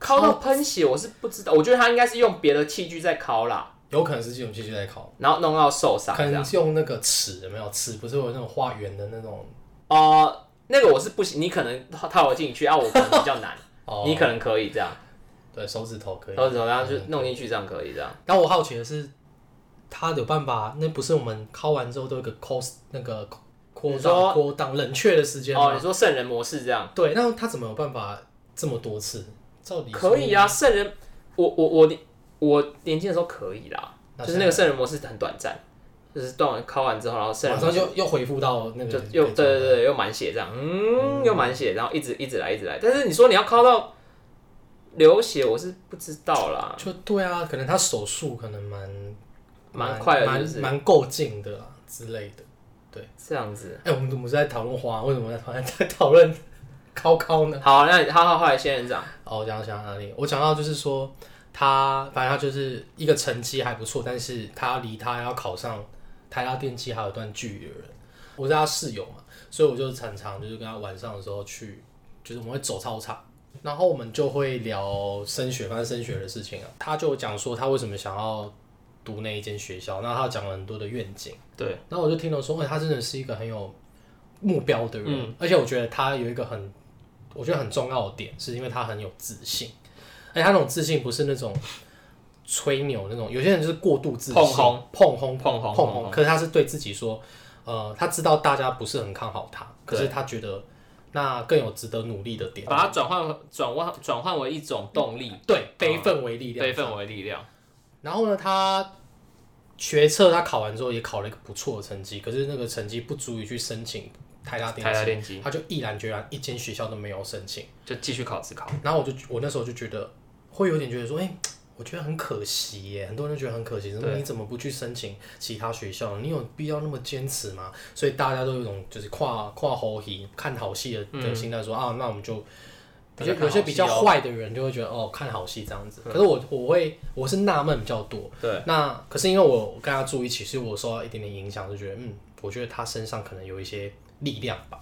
B: 敲到喷血我是不知道，我觉得他应该是用别的器具在敲啦，
A: 有可能是这种器具在考，
B: 然后弄到受伤
A: 可
B: 这
A: 能
B: 样。
A: 是用那个尺，有没有尺不是有那种画圆的那种？
B: 哦，那个我是不行，你可能套套我进去啊，我可能比较难，
A: 哦，
B: 你可能可以这样，
A: 对手指头可以
B: 然。后然后就弄进去这样可以这样。
A: 然后我好奇的是，他有办法？那不是我们敲完之后都有个 cos 那个扩
B: 你
A: 档
B: 说
A: 扩档冷却的时间
B: 哦，
A: 吗？
B: 你说圣人模式这样
A: 对，那他怎么有办法这么多次？照理说
B: 可以啊，圣人，我我我我年轻的时候可以啦，
A: 那
B: 就是那个圣人模式很短暂，就是断完敲完之后，然后圣人
A: 马
B: 模
A: 上
B: 式
A: 就又回复到那个
B: 就又对对对，又满血这样，嗯，又满血，然后一直一直来一直来。但是你说你要靠到流血，我是不知道啦。
A: 就对啊，可能他手速可能蛮
B: 蛮快的
A: 蛮
B: 就是
A: 蛮够劲的啊之类的。
B: 这样子，
A: 哎、我们怎么是在讨论花？为什么在讨论 在讨论高高呢？
B: 好，那你好好后来仙人掌，
A: 哦，我讲讲到哪里？我讲到就是说他，反正他就是一个成绩还不错，但是他离他要考上台大电机还有一段距离的人。我是他室友嘛，所以我就常常就是跟他晚上的时候去，就是我们会走操场，然后我们就会聊升学，反正升学的事情啊。他就讲说他为什么想要读那一间学校，那他讲了很多的愿景。
B: 对，
A: 然后我就听了说，哎、他真的是一个很有目标的人，
B: 嗯
A: 而且我觉得他有一个很，我觉得很重要的点，是因为他很有自信，而且他那种自信不是那种吹牛那种，有些人就是过度自信，
B: 碰轰
A: 碰轰
B: 碰
A: 碰
B: 轰碰轰
A: 可是他是对自己说，呃，他知道大家不是很看好他，可是他觉得那更有值得努力的点，
B: 把它转换转换转换为一种动力，
A: 对悲愤为力量，
B: 悲愤为力量。
A: 然后呢，他学测他考完之后也考了一个不错的成绩，可是那个成绩不足以去申请台大电
B: 台大
A: 机，
B: 电机
A: 他就毅然决然一间学校都没有申请。
B: 就继续考自考，
A: 然后我就我那时候就觉得会有点觉得说，哎、我觉得很可惜耶，很多人觉得很可惜，
B: 对
A: 你怎么不去申请其他学校？你有必要那么坚持吗？所以大家都有一种就是跨跨猴戏看好戏的的心态，说、啊，那我们就。比较
B: 嗯大家看好戏
A: 有
B: 哦
A: 些比较坏的人就会觉得哦，看好戏这样子。可是我我会我是纳闷比较多，
B: 对，
A: 那可是因为我跟他住一起，所以我受到一点点影响，就觉得嗯，我觉得他身上可能有一些力量吧。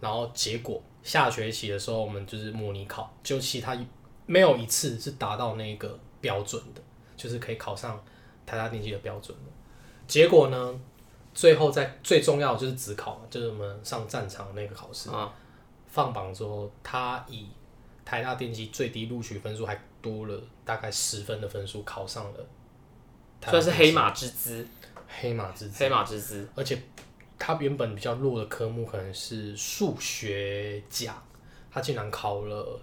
A: 然后结果下学期的时候，我们就是模拟考，就其他一没有一次是达到那个标准的，就是可以考上台大电机的标准的。结果呢，最后在最重要的就是职考，就是我们上战场的那个考试。
B: 啊，
A: 放榜之后，他以台大电机最低录取分数还多了大概十分的分数，考上了台大
B: 算
A: 电机，
B: 是黑马之姿，
A: 黑马之
B: 黑
A: 子。
B: 马之姿，
A: 而且他原本比较弱的科目可能是数学甲，他竟然考了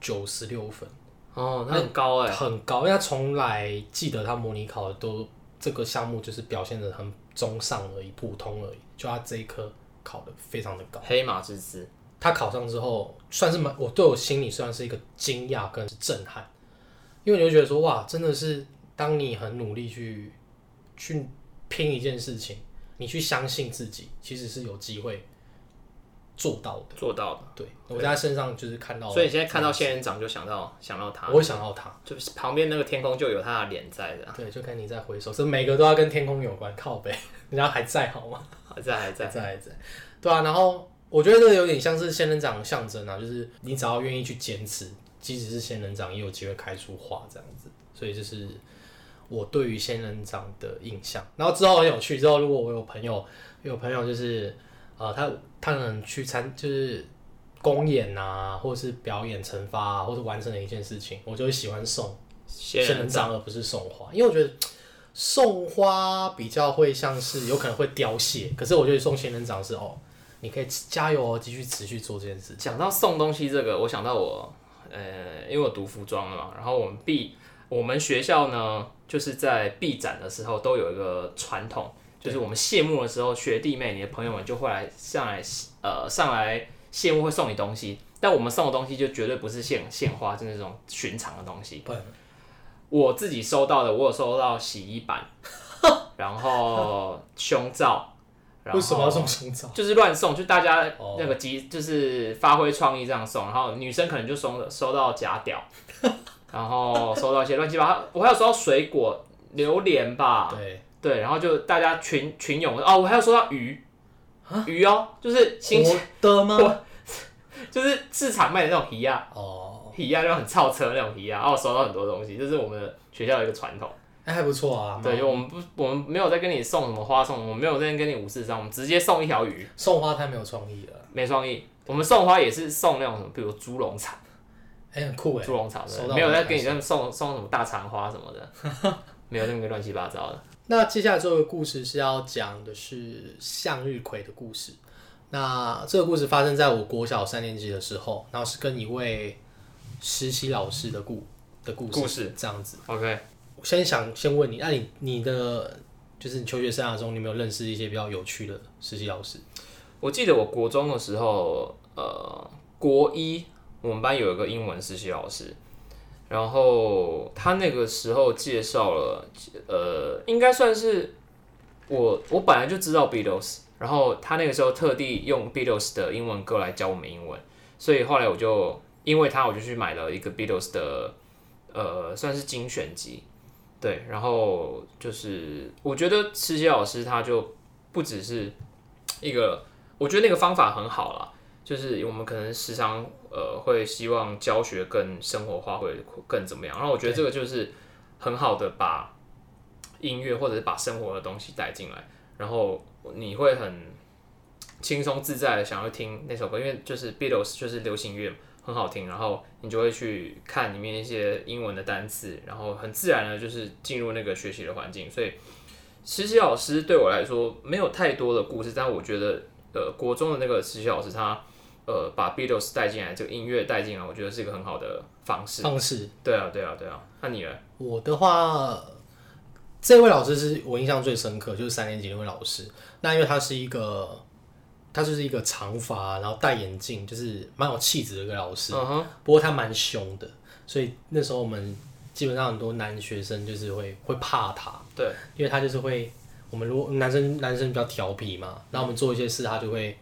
A: 九十六分，
B: 哦，那很高哎，
A: 很高。因为他从来记得他模拟考的都这个项目就是表现的很中上而已，普通而已，就他这一科考的非常的高。
B: 黑马之姿，
A: 他考上之后，算是蛮我对我心里算是一个惊讶跟震撼，因为你就觉得说哇，真的是当你很努力去去拼一件事情，你去相信自己，其实是有机会做到的。
B: 做到的。
A: 对，我在他身上就是看到，
B: 所以你现在看到仙人掌就想到想到他，
A: 我会想到他。
B: 就是旁边那个天空就有他的脸在的，
A: 对，就跟你在回首，这每个都要跟天空有关，靠背，人家还在好吗？
B: 还啊在还
A: 还在
B: 在。
A: 还在还在，对啊。然后我觉得这个有点像是仙人掌的象征啊，就是你只要愿意去坚持，即使是仙人掌，也有机会开出花这样子。所以就是我对于仙人掌的印象。然后之后很有趣，之后如果我有朋友，有朋友就是呃，他他可能去参就是。公演啊，或者是表演惩罚啊，或者完成了一件事情，我就会喜欢送。
B: 仙
A: 仙
B: 人
A: 人
B: 掌
A: 掌而不是送花，因为我觉得送花比较会像是有可能会凋谢，可是我觉得送仙人掌是哦，你可以加油哦，继续持续做这件事。
B: 讲到送东西这个，我想到我，呃，因为我读服装的嘛，然后我们 B 我们学校呢，就是在 B 展的时候都有一个传统，就是我们谢幕的时候，学弟妹、你的朋友们就会来上来，呃，上来谢幕会送你东西，但我们送的东西就绝对不是现现花，是那种寻常的东西
A: 不。
B: 我自己收到的，我有收到洗衣板，然后 胸罩，然后
A: 为什么要送胸罩？
B: 就是乱送，就大家
A: 哦
B: 那个集就是发挥创意这样送，然后女生可能就收了收到假 屌，然后收到一些乱七八糟，我还有收到水果榴莲吧，
A: 对，
B: 对，然后就大家群群涌哦，我还有收到鱼，
A: 啊
B: 鱼哦，就是新
A: 活的 吗？
B: 就是市场卖的那种皮亚
A: 哦，
B: 皮啊亚，就很超车那种皮亚，然后收到很多东西，这是我们学校的一个传统。
A: 哎、还不错啊。
B: 对，因为我们不我们没有在跟你送什么花送，我们没有在跟你五四三，我们直接送一条鱼，
A: 送花太没有创意了，
B: 没创意。我们送花也是送那种什么，比如猪笼草。
A: 哎、很酷哎、
B: 猪笼草
A: 收
B: 的，
A: 到
B: 没有
A: 我
B: 在
A: 的
B: 给你在送送什么大肠花什么的， 没有那么个乱七八糟的。
A: 那接下来这个故事是要讲的是向日葵的故事。那这个故事发生在我国小三年级的时候，然后是跟一位实习老师的故的故事
B: 故事
A: 这样子。
B: OK，
A: 我先想先问你，那你你的就是你求学生涯中，你有没有认识一些比较有趣的实习老师？
B: 我记得我国中的时候，呃，国一我们班有一个英文实习老师，然后他那个时候介绍了，呃，应该算是我我本来就知道 Beatles，然后他那个时候特地用 Beatles 的英文歌来教我们英文，所以后来我就因为他我就去买了一个 Beatles 的呃算是精选集，对，然后就是我觉得实习老师他就不只是一个，我觉得那个方法很好啦。就是我们可能时常呃会希望教学更生活化，会更怎么样？然后我觉得这个就是很好的把音乐或者是把生活的东西带进来，然后你会很轻松自在的想要听那首歌，因为就是 Beatles 就是流行乐嘛很好听，然后你就会去看里面一些英文的单词，然后很自然的就是进入那个学习的环境。所以实习老师对我来说没有太多的故事，但我觉得呃国中的那个实习老师他。呃，把 Beatles 带进来，这个音乐带进来，我觉得是一个很好的方式。
A: 方式
B: 对啊，对啊，对啊。那你呢？
A: 我的话，这位老师是我印象最深刻，就是三年级那位老师。那因为他是一个，他就是一个长发，然后戴眼镜，就是蛮有气质的一个老师。
B: 嗯哼，
A: 不过他蛮凶的，所以那时候我们基本上很多男学生就是会会怕他，
B: 对，
A: 因为他就是会，我们如果男生男生比较调皮嘛，然后我们做一些事，他就会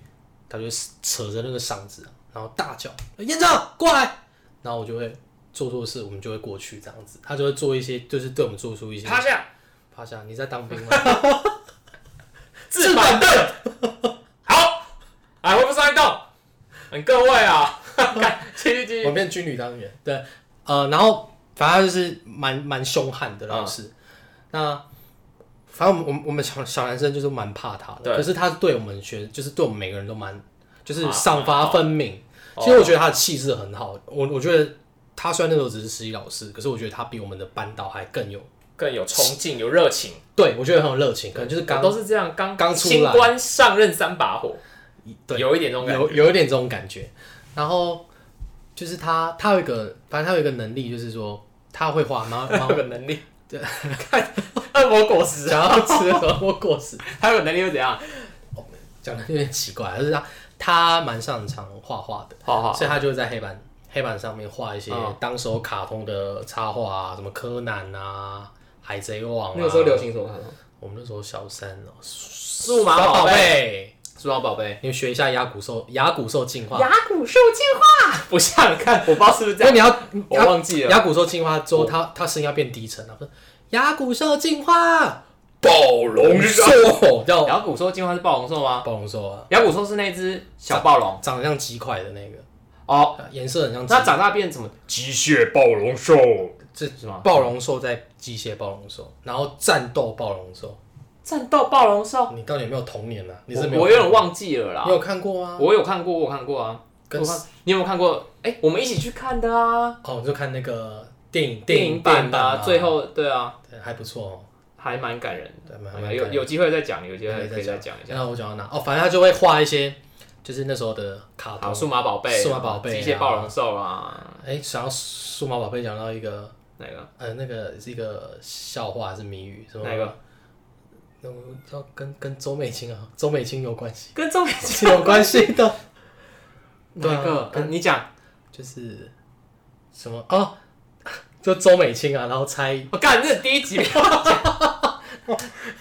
A: 他就会扯着那个嗓子，啊然后大叫：“院长过来！”然后我就会做错事，我们就会过去这样子，他就会做一些，就是对我们做出一些
B: 趴下，
A: 趴下，你在当兵吗？
B: 自板凳。 好，来，恢复上运动。嗯，各位啊， 继续继续。
A: 我变军旅当员，对，呃，然后反正他就是蛮蛮凶悍的老
B: 嗯
A: 师。那反正我们我们我们小小男生就是蛮怕他
B: 对
A: 的，可是他对我们学就是对我们每个人都蛮就是
B: 啊
A: 赏罚分明。其
B: 哦
A: 实我觉得他的气质很好，我我觉得他虽然那时候只是实习老师，可是我觉得他比我们的班导还更有，
B: 哦更有冲劲，有热情，
A: 对我觉得很有热情，可能就是刚
B: 都是这样，刚
A: 刚出来
B: 新官上任三把火，
A: 对
B: 有一点这种感觉。
A: 有有一点这种感觉。然后就是他他有一个反正他有一个能力，就是说他会画 蛮蛮
B: 他有个能力，对，看 恶魔果实，
A: 想要吃什么果实，
B: 他有能力又怎样？
A: 讲的有点奇怪，就是他他蛮擅长画画的，
B: 好好，
A: 所以他就会在黑板黑板上面画一些
B: 嗯
A: 当时候卡通的插画啊，什么柯南啊、海贼王啊，
B: 行什么？
A: 我们那时候小三哦，
B: 数码宝贝
A: 贝，
B: 数码宝贝
A: 你们学一下牙骨兽，牙骨兽进化。
B: 牙骨兽进化，不像看，我不知道是不是这
A: 那
B: 样，
A: 你要
B: 我忘记了。
A: 牙骨兽进化之后，它它声音要变低沉了，不是牙骨兽进化，
B: 暴龙
A: 兽叫
B: 牙骨兽进化是暴龙兽吗？
A: 暴龙兽啊，
B: 牙骨兽是那只小暴龙
A: 长得像鸡块的那个，
B: 哦，
A: 颜色很像鸡。
B: 那长大变什么？机械暴龙兽，
A: 这
B: 是吗？
A: 暴龙兽在机械暴龙兽，然后战斗暴龙兽。
B: 战斗暴龙兽，
A: 你到底有没有童年啊？你是
B: 我
A: 没
B: 我有
A: 有看
B: 点忘记了
A: 你
B: 啦。
A: 有看过吗？
B: 我有看过，我有看过啊。
A: 跟
B: 我看你有没有看过？哎，我们一起去看的啊，
A: 哦，你就看那个电影
B: 电
A: 影
B: 影
A: 版的
B: 版的啊，
A: 啊，
B: 最后对啊，
A: 对还不错哦。
B: 还蛮感人
A: 对，蛮
B: 的。有有机会再讲，有机会可以再
A: 再
B: 讲一下。
A: 然后我讲到哪？哦，反正他就会画一些，就是那时候的卡
B: 好，
A: 通。
B: 数码宝贝，
A: 数码宝贝啊
B: 机械暴龙兽啊，
A: 哎，想要数码宝贝讲到一个，
B: 那个
A: 呃，那个是一个笑话还是谜语？什么？
B: 哪个？
A: 那我叫跟跟周美青啊，周美青有关系，
B: 跟中
A: 是有关系的。对
B: 哪
A: 啊
B: 个？嗯你讲，
A: 就是什么哦， 就周美青啊，然后猜
B: 我哦干，这是第一集，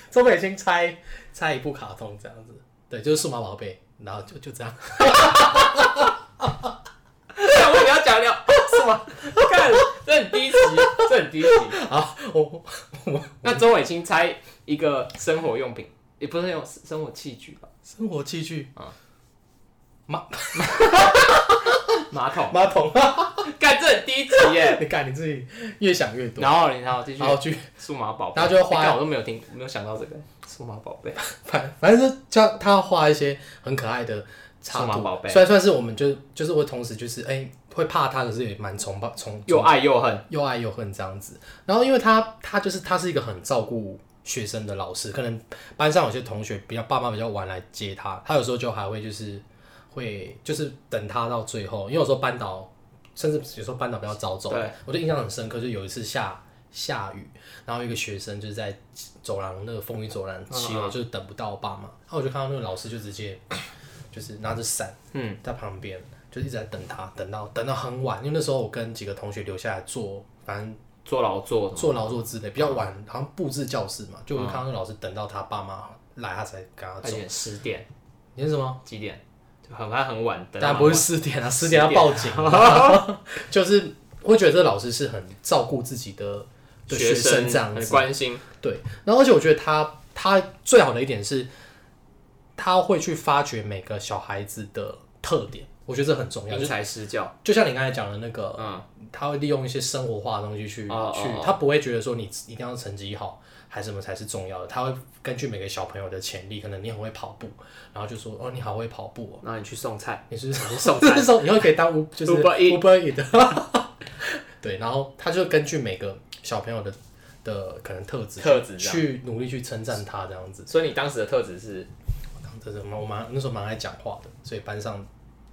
A: 周美青猜猜一部卡通这样子，对，就是数码宝贝，然后就就这样，
B: 干啊我也要 讲了，什么？干，这很低级，这很低级。
A: 哦，
B: 那周伟清猜一个生活用品，也不是用生活器具吧？
A: 生活器具
B: 马桶。
A: 马桶，
B: 干，这很低级耶。
A: 你看你自己越想越多，
B: 然后，然后继续
A: 然后去
B: 数码宝贝，
A: 然后就会花
B: 干我都没有听，没有想到这个数码宝贝。
A: 反反正就叫他画一些很可爱的插
B: 数码宝
A: 图，
B: 贝
A: 虽然算是我们就就是会同时就是哎、会怕他，可是也蛮崇拜崇
B: 又爱又恨，
A: 又爱又恨这样子。然后因为他他就是他是一个很照顾学生的老师，可能班上有些同学比较爸妈比较晚来接他，他有时候就还会就是会就是等他到最后，因为有时候班导甚至有时候班导比较早走
B: 对，
A: 我就印象很深刻，就有一次下。下雨，然后一个学生就是在走廊那个风雨走廊骑
B: 嗯
A: 楼，就是等不到我爸妈，然后我就看到那个老师就直接就是拿着伞。
B: 嗯，
A: 在旁边，就一直在等他，等到等到很晚，因为那时候我跟几个同学留下来做，反正
B: 做劳作
A: 做劳作之类，比较晚，好像布置教室嘛，就我就看到那老师等到他爸妈来，他才跟他
B: 而
A: 走。
B: 且十点
A: 你是什么？
B: 几点？就很快很晚，等到
A: 当然不是四点啊，
B: 十
A: 十
B: 点
A: 点
B: 啊
A: 要报警。 就是会觉得这老师是很照顾自己的的学
B: 生
A: 这样
B: 很
A: 子，
B: 关心，
A: 对，然后而且我觉得他他最好的一点是，他会去发掘每个小孩子的特点，我觉得这很重要。
B: 因材施教。
A: 就像你刚才讲的那个，
B: 嗯，
A: 他会利用一些生活化的东西去、
B: 哦
A: 去
B: 哦哦，
A: 他不会觉得说你一定要成绩好还是什么才是重要的，他会根据每个小朋友的潜力，可能你很会跑步，然后就说哦你好会跑步、
B: 然后你去送菜，
A: 哦，你是
B: 送
A: 这时候以后可以当 Uber- 就是
B: Uber
A: Uber Eat 对，然后他就根据每个小朋友的的可能特质
B: 特质这样
A: 去努力去称赞他这样子。
B: 所以你当时的特质是
A: 这是我蛮那时候蛮爱讲话的，所以班上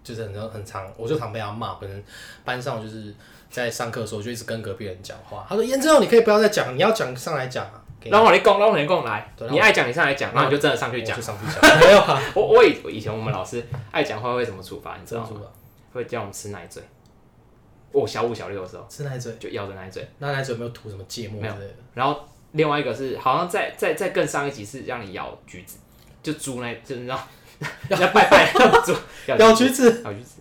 A: 就是很很常，我就常被他骂。可能班上就是在上课的时候，我就一直跟隔壁人讲话。他说：“严正，你可以不要再讲，你要讲上来讲啊。”给你
B: 让我来供，让我来供来
A: 对，
B: 你爱讲你上来讲，然后你就真的上去
A: 我
B: 讲。
A: 就上去讲，没有啊，
B: 我我以以前我们老师爱讲话会怎么处罚，你知
A: 真
B: 道
A: 的
B: 吗？
A: 住了，
B: 会叫我们吃奶嘴。我小五小六的时候
A: 吃奶嘴，
B: 就要着奶嘴，
A: 那奶嘴有没有涂什么芥末之类的？
B: 然后另外一个是好像再再再更上一集是让你咬橘子，就猪那，就是你知道要拜拜要猪
A: 咬橘子，
B: 咬橘子，咬橘子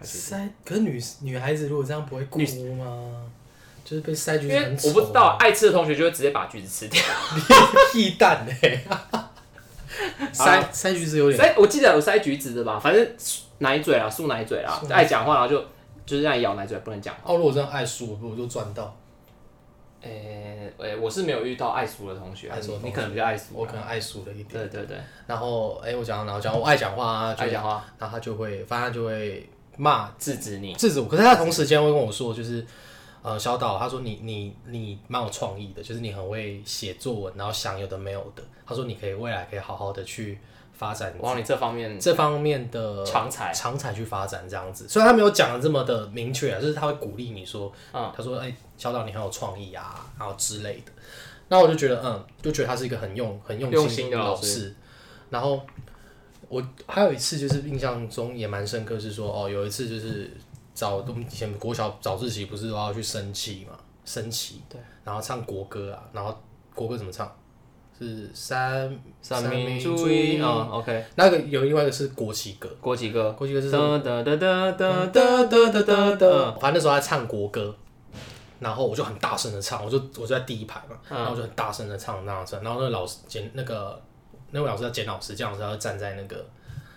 A: 塞，可是女女孩子如果这样不会哭吗？就是被塞橘
B: 因
A: 子
B: 为
A: 很啊
B: 我不知道爱吃的同学就会直接把橘子吃掉。
A: 屁蛋嘞，塞塞橘子有点
B: 塞，我记得有塞橘子的吧，反正奶嘴啦，漱奶嘴啦，爱讲话然后就就是让你咬奶嘴，不能讲。
A: 哦，如果真的爱输，我就赚到。
B: 诶、诶、呃我是没有遇到爱俗的同学啊，
A: 爱俗的同
B: 你
A: 学
B: 你可能比较爱俗。
A: 我可能爱输了一点。
B: 对对对，
A: 然后，哎、我讲到哪？我讲我爱讲话啊，就
B: 爱讲话，
A: 然后他就会，反正他就会骂
B: 啊制止你。
A: 制止我。可是他同时间会跟我说，就是呃，小岛，他说你你你蛮有创意的，就是你很会写作文，然后想有的没有的。他说你可以未来可以好好的去发展
B: 往你这方面
A: 这方面的
B: 常才
A: 常嗯才去发展这样子。虽然他没有讲的这么的明确啊，就是他会鼓励你说，
B: 嗯
A: 他说哎、小岛你很有创意啊，然后之类的。那我就觉得，嗯，就觉得他是一个很用很用
B: 用心
A: 心
B: 的老
A: 老师。然后我还有一次就是印象中也蛮深刻，是说哦，有一次就是早我们以前国小早自习不是都要去升旗嘛，升旗，
B: 对，
A: 然后唱国歌啊，然后国歌怎么唱？是三
B: 三
A: 民
B: 民
A: 主
B: 主
A: 义哦
B: 义啊，OK，
A: 那个有另外一个是国旗歌，
B: 国旗歌，
A: 国旗歌
B: 哒
A: 是
B: 哒哒哒哒
A: 噔
B: 哒，
A: 噔噔噔噔噔，反正嗯那时候在唱国歌，然后我就很大声的唱，我就我就在第一排嘛，
B: 嗯
A: 然后我就很大声的唱，大声，然后那个老师简那个那位老师叫简老师，简老师他就站在那个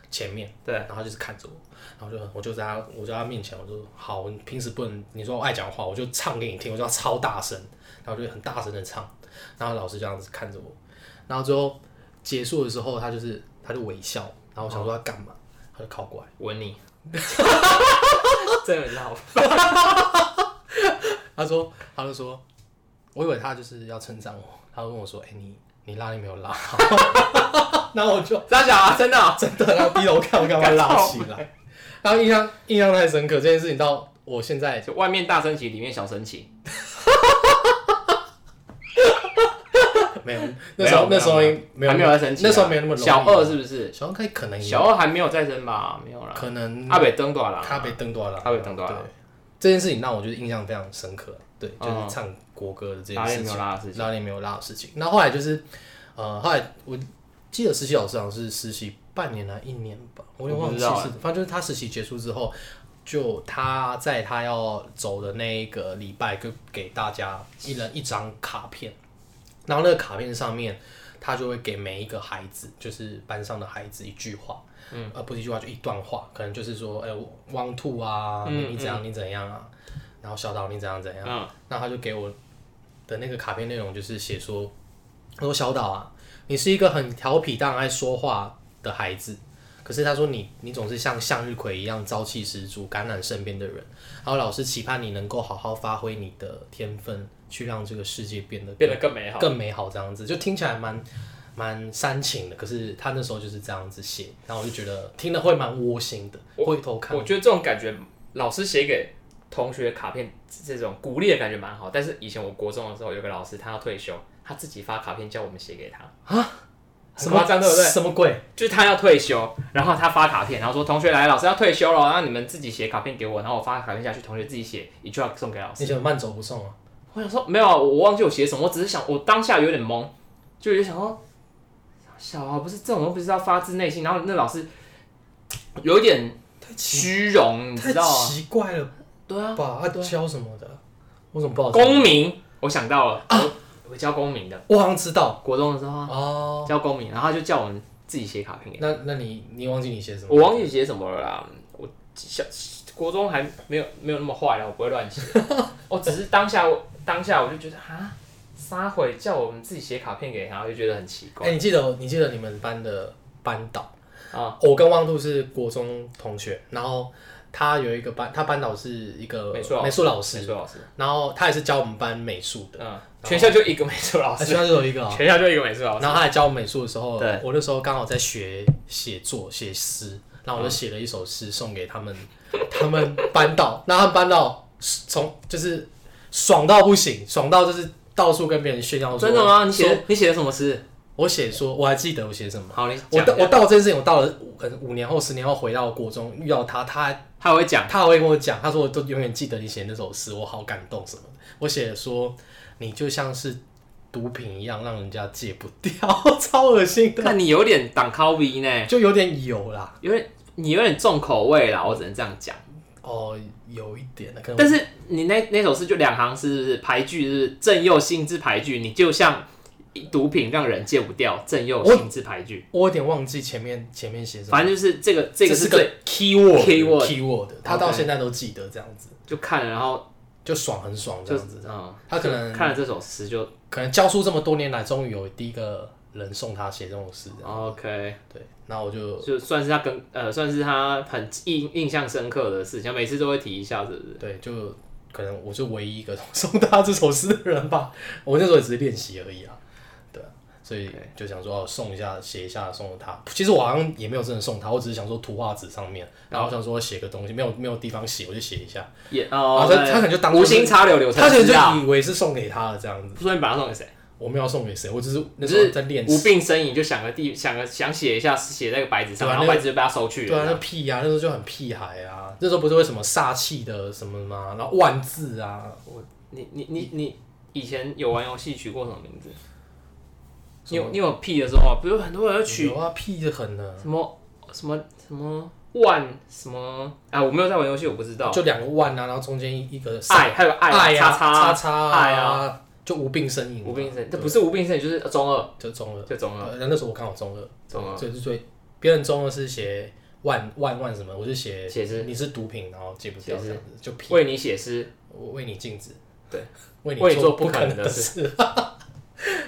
A: 前面，
B: 对，
A: 然后他就是看着我，然后就我就在他我就在他面前，我就好，我平时不能你说我爱讲话，我就唱给你听，我就要超大声，然后我就很大声的唱，然后老师这样子看着我，然后最后结束的时候，他就是他就微笑，然后我想说他干嘛，他就靠过来。
B: 吻你，真的很闹，
A: 他说，他就说，我以为他就是要称赞我，他就问我说，哎、你你拉力没有拉好？ 然后我就
B: 傻小啊，真的啊，
A: 真的，然后低头看我赶快拉起来。然后印象印象太深刻，这件事情到我现 在，
B: 就外面大升旗，里面小升旗，
A: 没有，那时候
B: 没
A: 那
B: 有
A: 时候没有
B: 还没有在升旗啊，
A: 那时候没有那么容易哎
B: 小二是不是？
A: 小二可以可能有，
B: 小二还没有再升吧？没有啦，
A: 可能
B: 阿北登多啊啦，
A: 嗯他被登多了，
B: 他被登多啦
A: 对，这件事情让我就是印象非常深刻，对，就是
B: 嗯
A: 唱国歌的这件
B: 拉
A: 事
B: 链
A: 情
B: 没。有拉的事情，
A: 拉链没有拉的事情。那后来就是，呃，后来我记得实习老师好像是实习半年还一年吧，我有点
B: 我
A: 忘
B: 不
A: 记
B: 知
A: 是，
B: 道啊
A: 反正就是他实习结束之后，就他在他要走的那一个礼拜，就给大家一人一张卡片，然后那个卡片上面。他就会给每一个孩子，就是班上的孩子一句话，嗯，呃，不是一句话，就一段话，可能就是说，哎、我 want to 啊，
B: 嗯
A: 你怎样，你怎样啊，然后小岛你怎样怎样。
B: 嗯，
A: 那他就给我的那个卡片内容就是写说，他说小岛啊，你是一个很调皮但爱说话的孩子，可是他说你你总是像向日葵一样朝气十足，感染身边的人。然后老师期盼你能够好好发挥你的天分，去让这个世界变得
B: 变得更美好。
A: 更美好，这样子就听起来蛮蛮煽情的。可是他那时候就是这样子写，然后我就觉得听了会蛮窝心的，回头看。
B: 我觉得这种感觉，老师写给同学卡片这种鼓励的感觉蛮好。但是以前我国中的时候，有个老师他要退休，他自己发卡片叫我们写给他
A: 什
B: 很
A: 么
B: 夸张对不对？
A: 啊什么鬼？
B: 就是他要退休，然后他发卡片，然后说同学来，老师要退休了，啊然后你们自己写卡片给我，然后我发卡片下去，同学自己写一句话送给老师。
A: 你想慢走不送啊？
B: 我想说没有啊，我忘记我写什么，我只是想我当下有点懵，就有想说小啊，不是这种东西是要发自内心，然后那老师有点
A: 太
B: 虚荣，你
A: 太
B: 知道吗？
A: 奇怪了
B: 对啊。
A: 吧？他教什么的？我怎么不知道？
B: 公民，我想到了，我我教公民的，
A: 我好像知道
B: 国中的时候啊
A: 哦。
B: 教公民，然后他就叫我们自己写卡片给
A: 那那你你忘记你写什
B: 他，
A: 么？
B: 我忘记写什么了啦，我小国中还没有没有那么坏啦，我不会 乱写，我只是当下我当下我就觉得啊，撒会叫我们自己写卡片给他，我就觉得很奇
A: 哎、
B: 怪
A: 你记得你记得你们班的班导？
B: 啊，
A: 我跟汪兔是国中同学，然后他有一个班，他班导是一个
B: 美术老师
A: 美术老
B: 美
A: 师，
B: 术老师，
A: 然后他也是教我们班美术的。
B: 嗯，全校就一个美术老
A: 哎
B: 师，
A: 学校就有一个、哦，
B: 全校就一个美术老师，
A: 然后他来教我美术的时候
B: 对，
A: 我那时候刚好在学写作、写诗，然后
B: 嗯
A: 我就写了一首诗送给他们，他们班导，然后他们班导从就是爽到不行，爽到就是到处跟别人炫耀说，
B: 真的吗？你
A: 说
B: 写你写的什么诗？
A: 我写说，我还记得我写什么。
B: 好，你
A: 我
B: 讲
A: 到
B: 一
A: 我
B: 下，
A: 到这件事情，我到了五可能五年后、十年后回到国中遇到他，他还
B: 他还会讲，
A: 他还会跟我讲，他说我都永远记得你写那首诗，我好感动什么的。我写说你就像是毒品一样，让人家戒不掉， 超恶心的。
B: 看你有点挡 copy 呢，
A: 就有点有啦，
B: 有点你有点重口味啦，我只能这样讲。
A: 哦，有一点的，可能
B: 但是你那那首诗就两行诗，是不是排句是不是正右心之排句，你就像毒品让人戒不掉，正右心之排句，
A: 我有点忘记前面前面写什么，
B: 反正就是这个这个
A: 是
B: 是
A: 个
B: 最
A: keyword
B: keyword
A: keyword，他到
B: OK
A: 现在都记得这样子，
B: 就看了，然后
A: 就爽很爽这
B: 就
A: 样子。
B: 嗯，
A: 他可能
B: 看了这首诗就
A: 可能教书这么多年来，终于有第一个人送他写这种诗，
B: OK，
A: 对，然后我就
B: 就算是他跟呃算是他很印印象深刻的事情，每次都会提一下，是不是？
A: 对，就可能我是唯一一个送他这首诗的人吧， 我那时候也只是练习而已啊，对啊，所以
B: OK
A: 就想说哦送一下写一下送给他，其实我好像也没有真的送他，我只是想说图画纸上面，然后想说写个东西，没有没有地方写，我就写一下。
B: 也
A: 啊
B: 哦，
A: 他
B: 对
A: 他可能就当作
B: 无
A: 是
B: 心插柳柳
A: 他
B: 成
A: 其实
B: 枝啊，
A: 就以为是送给他的这样子，
B: 所以你把它送给谁？
A: 我没有送给谁，我只是那
B: 你
A: 时候
B: 是
A: 在练
B: 无
A: 习。
B: 病呻吟，就想个地想个想写一下写在那个白纸上，
A: 对啊
B: 然后白纸就被他收去了。
A: 对啊，那屁啊，那时候就很屁孩啊。那时候不是为什么煞气的什么吗？然后万字啊，
B: 你你你你以前有玩游戏取过什么名字？你有你有屁的时候，啊比如很多人会取
A: 有啊，屁的很呢、
B: 什么什么什么万什么啊，我没有在玩游戏，我不知道。
A: 就两个万啊，然后中间一一个
B: 爱还有爱啊
A: 爱啊
B: 叉叉
A: 叉
B: 爱
A: 啊，就无病呻吟，
B: 无病呻，这嗯不是无病呻，就是中二，
A: 就中了。
B: 就中二，
A: 呃，那时候我刚好中了，
B: 中二。
A: 所以就所以别人中了是写万万万什么，我就写
B: 写是
A: 你是毒品，然后戒不掉
B: 写
A: 这
B: 是
A: 样子，就屁，
B: 嗯为你写诗，
A: 我为你禁止，
B: 对，
A: 为
B: 为你
A: 做
B: 做不
A: 可
B: 可
A: 能
B: 能的
A: 事。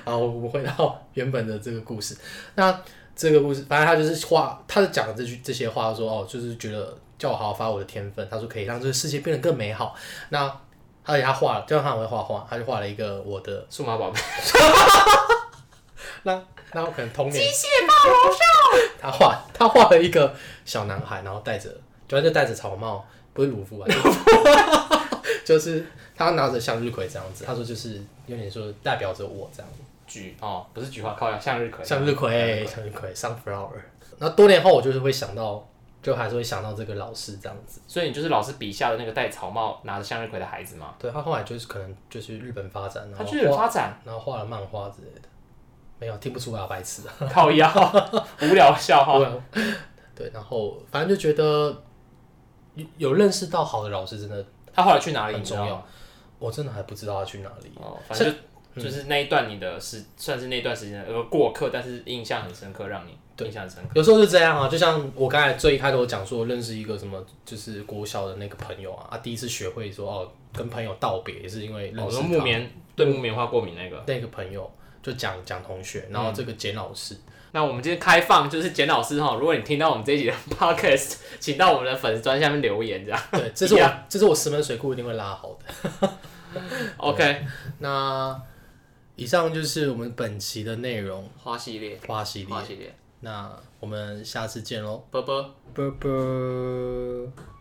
A: 好，我们回到原本的这个故事。那这个故事，反正他就是话，他是讲了这句这些话说哦，就是觉得叫我好好发我的天分。他说可以让这个世界变得更美好。那而且他画了，就像他很会画画，他就画了一个我的。
B: 数码宝贝，
A: 那那我可能童年机械暴龙兽， 他画他画了一个小男孩，然后戴着，主要就戴着草帽，不是鲁夫啊，就是 就是他拿着向日葵这样子。他说就是有点说代表着我这样。
B: 菊哦，不是菊花，靠呀，向日葵，
A: 向日葵，向日葵，sunflower。那多年后，我就是会想到，就还是会想到这个老师这样子。
B: 所以你就是老师笔下的那个戴草帽、拿着向日葵的孩子吗？
A: 对他后来就是可能就是日本发展，然
B: 他
A: 后
B: 去日本发展，
A: 然后画了漫画之类的，没有听不出来，白痴 啊！
B: 靠腰，无聊笑话。
A: 对，然后反正就觉得有有认识到好的老师真的，
B: 他后来去哪里？
A: 很
B: 你知
A: 重
B: 道
A: 要
B: 吗？
A: 我真的还不知道他去哪里。
B: 哦，反正就就是那一段你的时，算是那段时间的呃过客，但是印象很深刻，让你印象很深刻。
A: 有时候就这样啊，就像我刚才最开头讲说，认识一个什么就是国小的那个朋友啊，啊，第一次学会说哦，跟朋友道别也是因为认
B: 我
A: 识
B: 说
A: 他。
B: 哦木棉对木棉花过敏那个。
A: 那个朋友就讲讲同
B: 嗯
A: 学，然后这个简老 师，
B: 那我们今天开放就是简老师哈，如果你听到我们这一集的 podcast，请到我们的粉丝专下面留言这样。
A: 对，这是我这是我石门水库一定会拉好的。
B: OK，
A: 那以上就是我们本期的内容，
B: 花系列，
A: 花系列
B: 花。系列，
A: 那我们下次见喽，
B: 啵啵。
A: 啵啵。